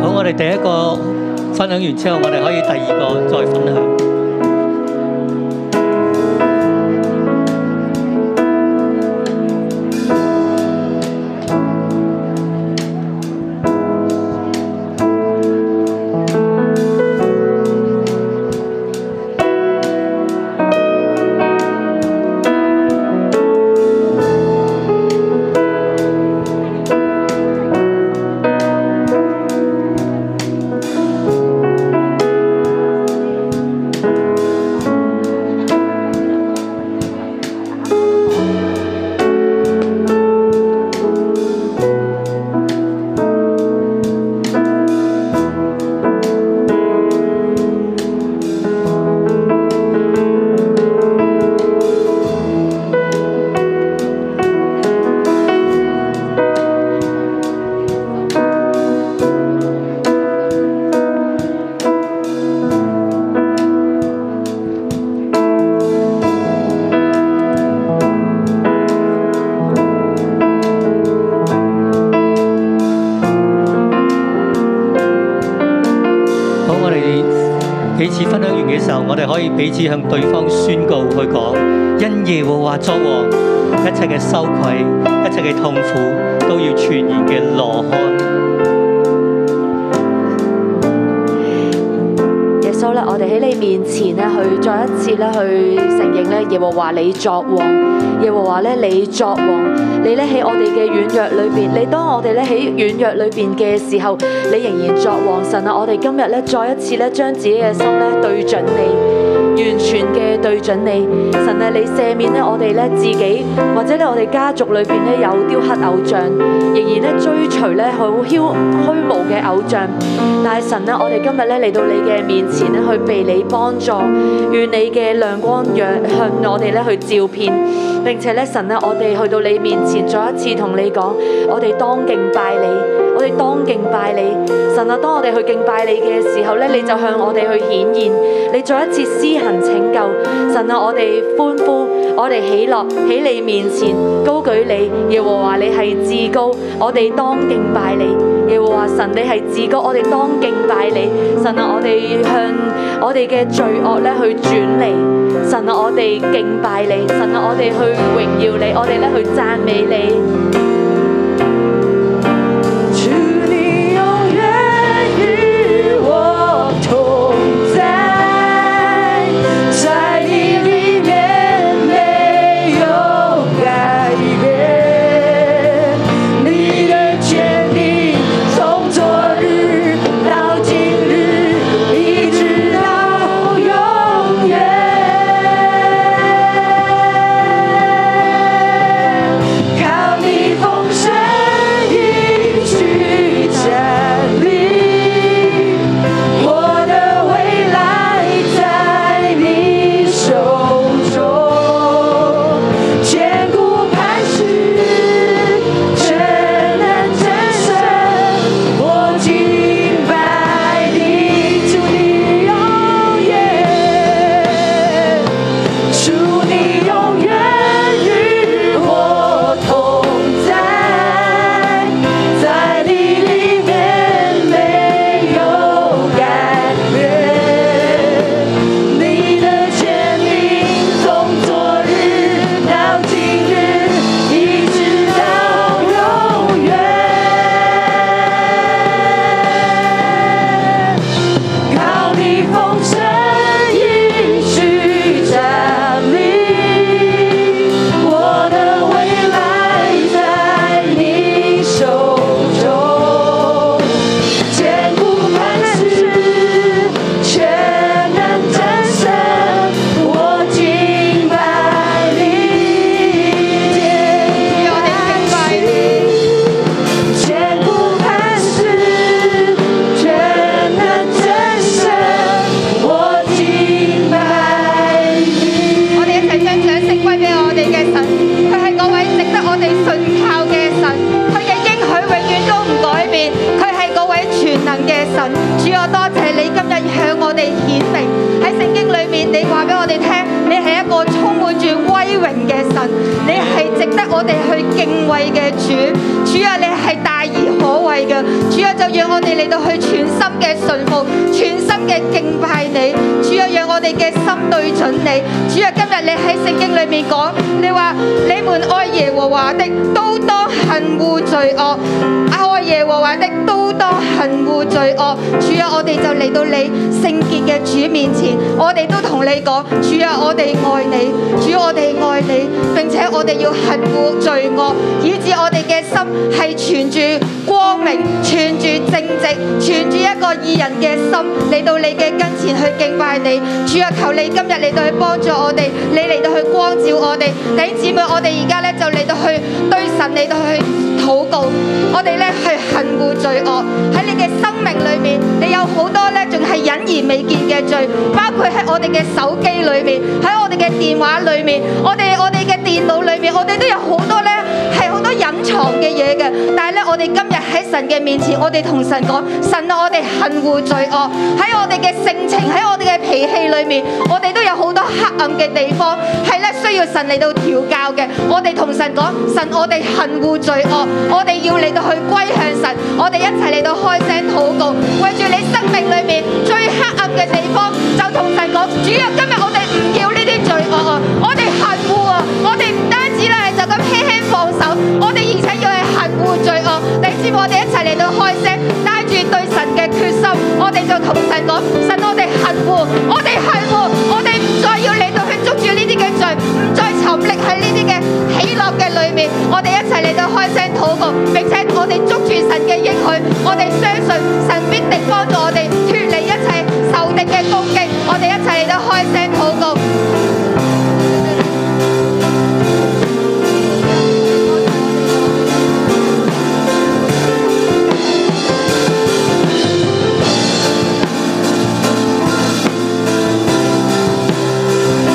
[SPEAKER 6] 好，我哋第一個分享完之後，我哋可以第二個再分享。
[SPEAKER 7] 我
[SPEAKER 6] 可以彼此向對方宣告去講，因耶和華作王，一切嘅羞愧、一切嘅痛苦都要全然嘅羅漢。
[SPEAKER 8] 耶穌咧，我哋喺你面前咧，去再一次咧去承認咧，耶和華你作王，耶和華咧你作王，你咧喺我哋嘅軟弱裏邊，你當我哋咧喺軟弱裏邊嘅時候，你仍然作王。神啊，我哋今日咧再一次咧將自己嘅心咧對準你，完全嘅對準你。神啊，你赦免咧我哋咧自己，或者咧我哋家族裏邊咧有雕刻偶像，仍然咧追隨咧好虛虛無嘅偶像。但係神咧，啊我哋今日咧嚟到你嘅面前咧，去被你幫助，願你嘅亮光讓向我哋咧去照遍。並且咧，神咧，啊我哋去到你面前，再一次同你講，我哋當敬拜你，我哋當敬拜你。神啊，當我哋去敬拜你嘅時候咧，你就向我哋去顯現，你再一次施行拯救。神啊，我哋歡呼，我哋喜樂喺你面前高舉你，耶和華你係至高，我哋當敬拜你。耶和華神，你係至高，我哋當敬拜你。神啊，我哋向我哋嘅罪惡咧去轉離。神啊，我哋敬拜你。神啊，我哋去榮耀你，我哋咧去讚美你。
[SPEAKER 9] 主，你永遠與我同在，在你里面没有改变。你的权柄从昨日到今日，一直到永远。靠你丰盛应许站立，我的未来在你手中，千古磐石，全能真神，我敬拜你，祝你永远。祝你永远与我同在，在你里面没有改变。你的权柄从昨日到今日，一直到永远。靠你风声一曲站立，我的未来在你手中，千古磐石，全能战胜，我敬拜你，我敬拜你。千古磐石，全能真神，我敬拜你。
[SPEAKER 10] 我哋一齊將掌聲歸俾我哋嘅神，佢係嗰位值得我哋信靠嘅神，佢嘅應許永遠都唔改變，佢係嗰位全能嘅神。主，我多謝你今日向我哋顯明喺聖經裏面，你話俾我哋聽，你係一個充滿住威榮嘅神，你係值得我哋去敬畏嘅主。主啊，你係大而可畏嘅，主啊，就讓我哋嚟到去全心嘅信服，全心嘅敬拜你。主啊，讓我哋嘅心對準你。主啊，今日你喺聖經裏面講，你話你們愛耶和華的，都當恨惡罪惡；愛耶和華的，都當恨惡罪惡。主啊，我哋就嚟到你聖潔嘅主面前，我哋都同你講，主啊，我哋愛你，主啊我哋愛你，並且我哋要恨惡罪惡，以致我哋嘅心係存住光明，存住正直，存住一個義人嘅心嚟到你嘅跟前去敬拜你。主啊，求你今日嚟到去幫助我哋，你嚟到去光照我哋。弟兄姊妹，我哋而家咧就嚟到去對神嚟到去禱告，我哋咧去恨惡罪惡。喺你嘅生命裏面，你有好多咧仲係隱而未見嘅罪，包括喺我哋嘅手機裏面，喺我哋嘅電話裏面，我哋我哋嘅電腦裏面，我哋都有好多咧係好多。隱藏嘅嘢嘅。但係咧，我哋今日喺神嘅面前，我哋同神講：神啊，我哋恨惡罪惡，喺我哋嘅性情，喺我哋嘅脾氣裏面，我哋都有好多黑暗嘅地方，係咧需要神嚟到調教嘅。我哋同神講：神，我哋恨惡罪惡，我哋要嚟到去歸向神，我哋一齊嚟到開聲禱告，為住你生命裏面最黑暗嘅地方，就同神講：主啊，今日我哋唔要呢啲罪惡啊，我哋恨惡啊，我哋唔單止咧就咁輕輕放手，我哋而且要係恨惡罪惡。你知我哋一齊嚟到開聲，帶住對神嘅決心，我哋就同神講：神，我哋恨惡，我哋恨惡，我哋唔再要嚟到去捉住呢啲嘅罪，唔再沉溺喺呢啲嘅喜樂嘅裏面。我哋一齊嚟到開聲禱告，並且我哋捉住神嘅應許，我哋相信神必定幫助我哋脱離一切仇敵嘅攻擊。我哋一齊嚟到開聲禱告。
[SPEAKER 8] 神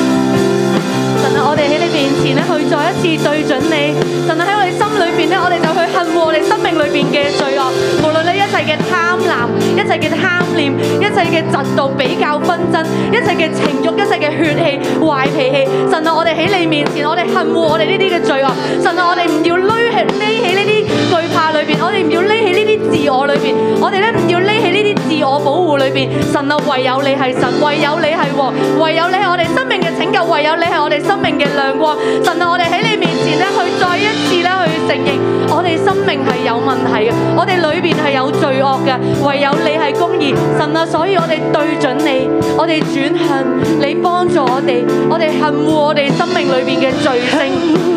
[SPEAKER 8] 啊，我哋喺你面前咧，去再一次對準你。神啊，喺我哋心裏邊咧，我哋就去恨惡我哋生命裏邊嘅罪惡，無論你一切嘅貪婪、一切嘅貪念、一切嘅嫉妒、比較、紛爭、一切嘅情慾、一切嘅血氣、壞脾氣。神啊，我哋喺你面前，我哋恨惡我哋呢啲嘅罪惡。神啊，我哋唔要匿喺匿喺呢啲懼怕裏邊，我哋唔要匿喺呢啲自我裏邊，我哋咧唔要匿喺呢啲自我保護裏邊。神啊，唯有你係神，唯有你係王，唯有你係我哋生命嘅拯救，唯有你係我哋生命嘅亮光。神啊，我哋喺你面前咧，去再一次咧去承認，我哋生命係有問題嘅，我哋裏邊係有罪惡嘅，唯有你係公義。神啊，所以我哋對準你，我哋轉向你幫助我哋，我哋恨惡我哋生命裏邊嘅罪性，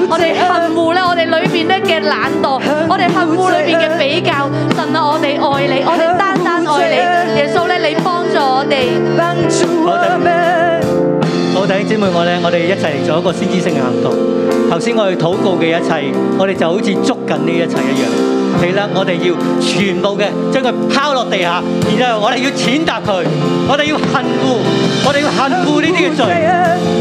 [SPEAKER 8] 我哋恨惡咧我哋裏邊咧嘅懶惰，我哋恨惡裏邊嘅比較。神啊，我哋愛你，我哋單單愛你，耶穌咧，你幫助我哋。
[SPEAKER 6] 好，弟兄姊妹，我咧，我哋一齊嚟做一個先知性嘅行動。頭先我哋禱告嘅一切，我哋就好似捉緊呢一切一樣。係啦，我哋要全部嘅將佢拋落地下，然後我哋要踐踏佢，我哋要恨惡，我哋要恨惡呢啲嘅罪，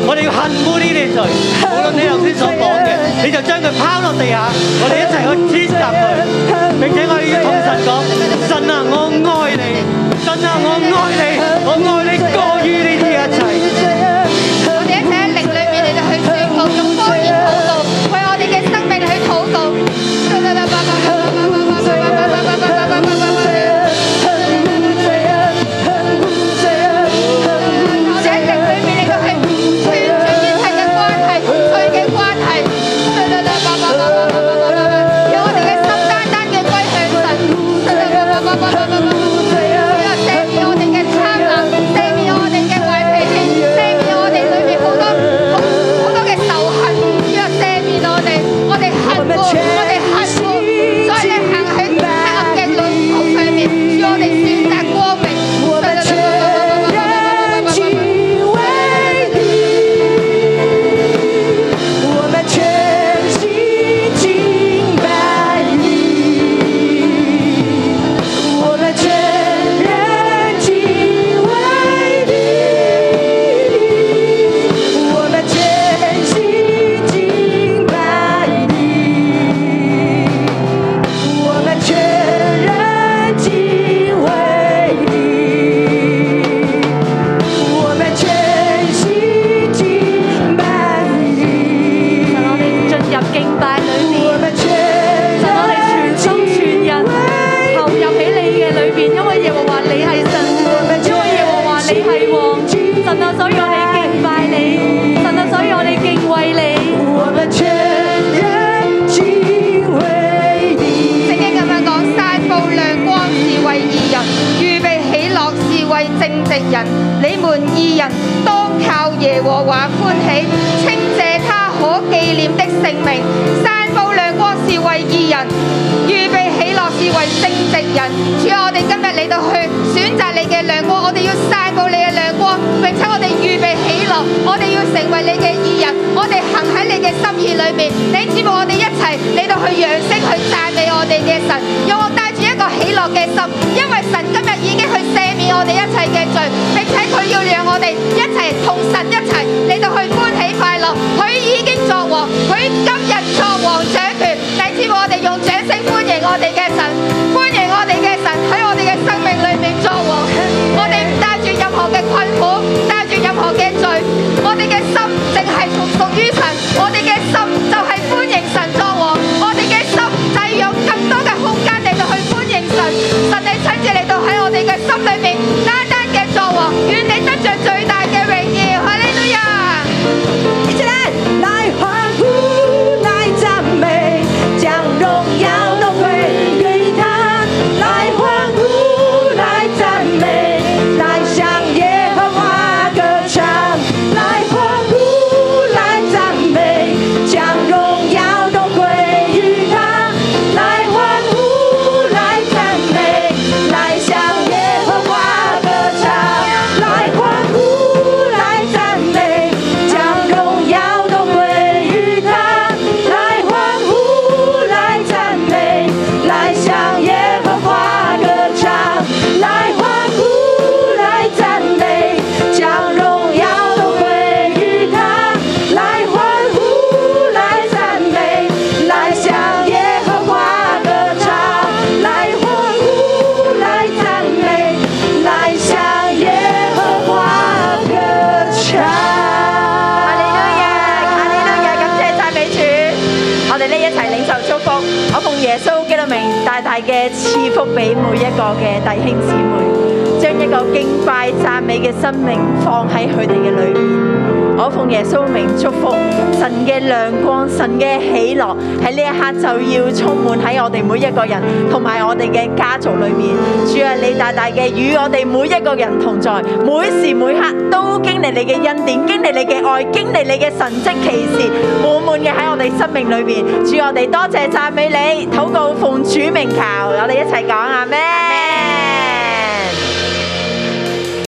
[SPEAKER 6] 我哋要恨惡呢啲嘅罪。無論你頭先所講嘅，你就將佢拋落地下，我哋一齊去踐踏佢，並且我哋要同神講：神啊，我愛你！神啊，我愛你！我愛你過於呢啲一切。
[SPEAKER 10] 我哋一齊喺靈裏面，你哋去宣告，用方言禱告，為我哋嘅生命去禱告。我哋喺靈裏面，你都係斷絕一切嘅關係，罪嘅關係。讓我哋嘅心單單嘅歸向神。赦免我哋嘅貪婪，赦免我哋嘅壞脾氣，赦免我哋裏面好多好好多嘅仇恨。主啊，赦免我哋，我哋恨過，我哋恨過，所以你行喺黑暗嘅路途上面，主我哋選擇光明。
[SPEAKER 8] 我们全心敬拜你，我们全人敬畏你，我们全心敬拜你，我们全人敬畏你。我们全心敬拜你，我哋进入敬拜裏面，我哋全心全人投入喺你嘅裏邊，因為耶和華你係神，因為耶和華你係王，神啊，所以我哋敬拜你，神啊，所以我哋敬畏你。我們全人敬畏你
[SPEAKER 10] 聖經咁樣講，散布亮光是為義人，預備喜樂是為正直人。你們義人當靠耶和華歡喜，稱謝他可紀念的聖名。散布亮光是為義人，預備喜樂是為正直人。主啊，我哋今日嚟到去選擇你嘅亮光，我哋要散布你嘅亮光，並且我哋預備喜樂，我哋要成為你嘅義人，我哋行喺你嘅心意裏面。你只我哋一齊嚟到去揚聲去讚美我哋嘅神，讓我帶住一個喜樂嘅心，因為神今日已經去赦免我哋一切嘅罪，並且佢要讓我哋一齊同神一齊嚟到去歡喜快樂。佢已經作王，佢今日作王掌權。你知我
[SPEAKER 8] 耶穌基督名大大嘅賜福俾每一個嘅弟兄姊妹，將一個敬拜讚美嘅生命放喺佢哋嘅裏面。我奉耶穌名祝福神嘅亮光、神嘅喜樂喺呢一刻就要充滿喺我哋每一個人同埋我哋嘅家族裏面。主啊，你大大嘅與我哋每一個人同在，每時每刻都經歷你嘅恩典，經歷你嘅愛，經歷你嘅神蹟奇事，滿滿嘅喺我哋生命裏面。主，我哋多謝讚美你，禱告奉主名求，我哋一齊講阿咩？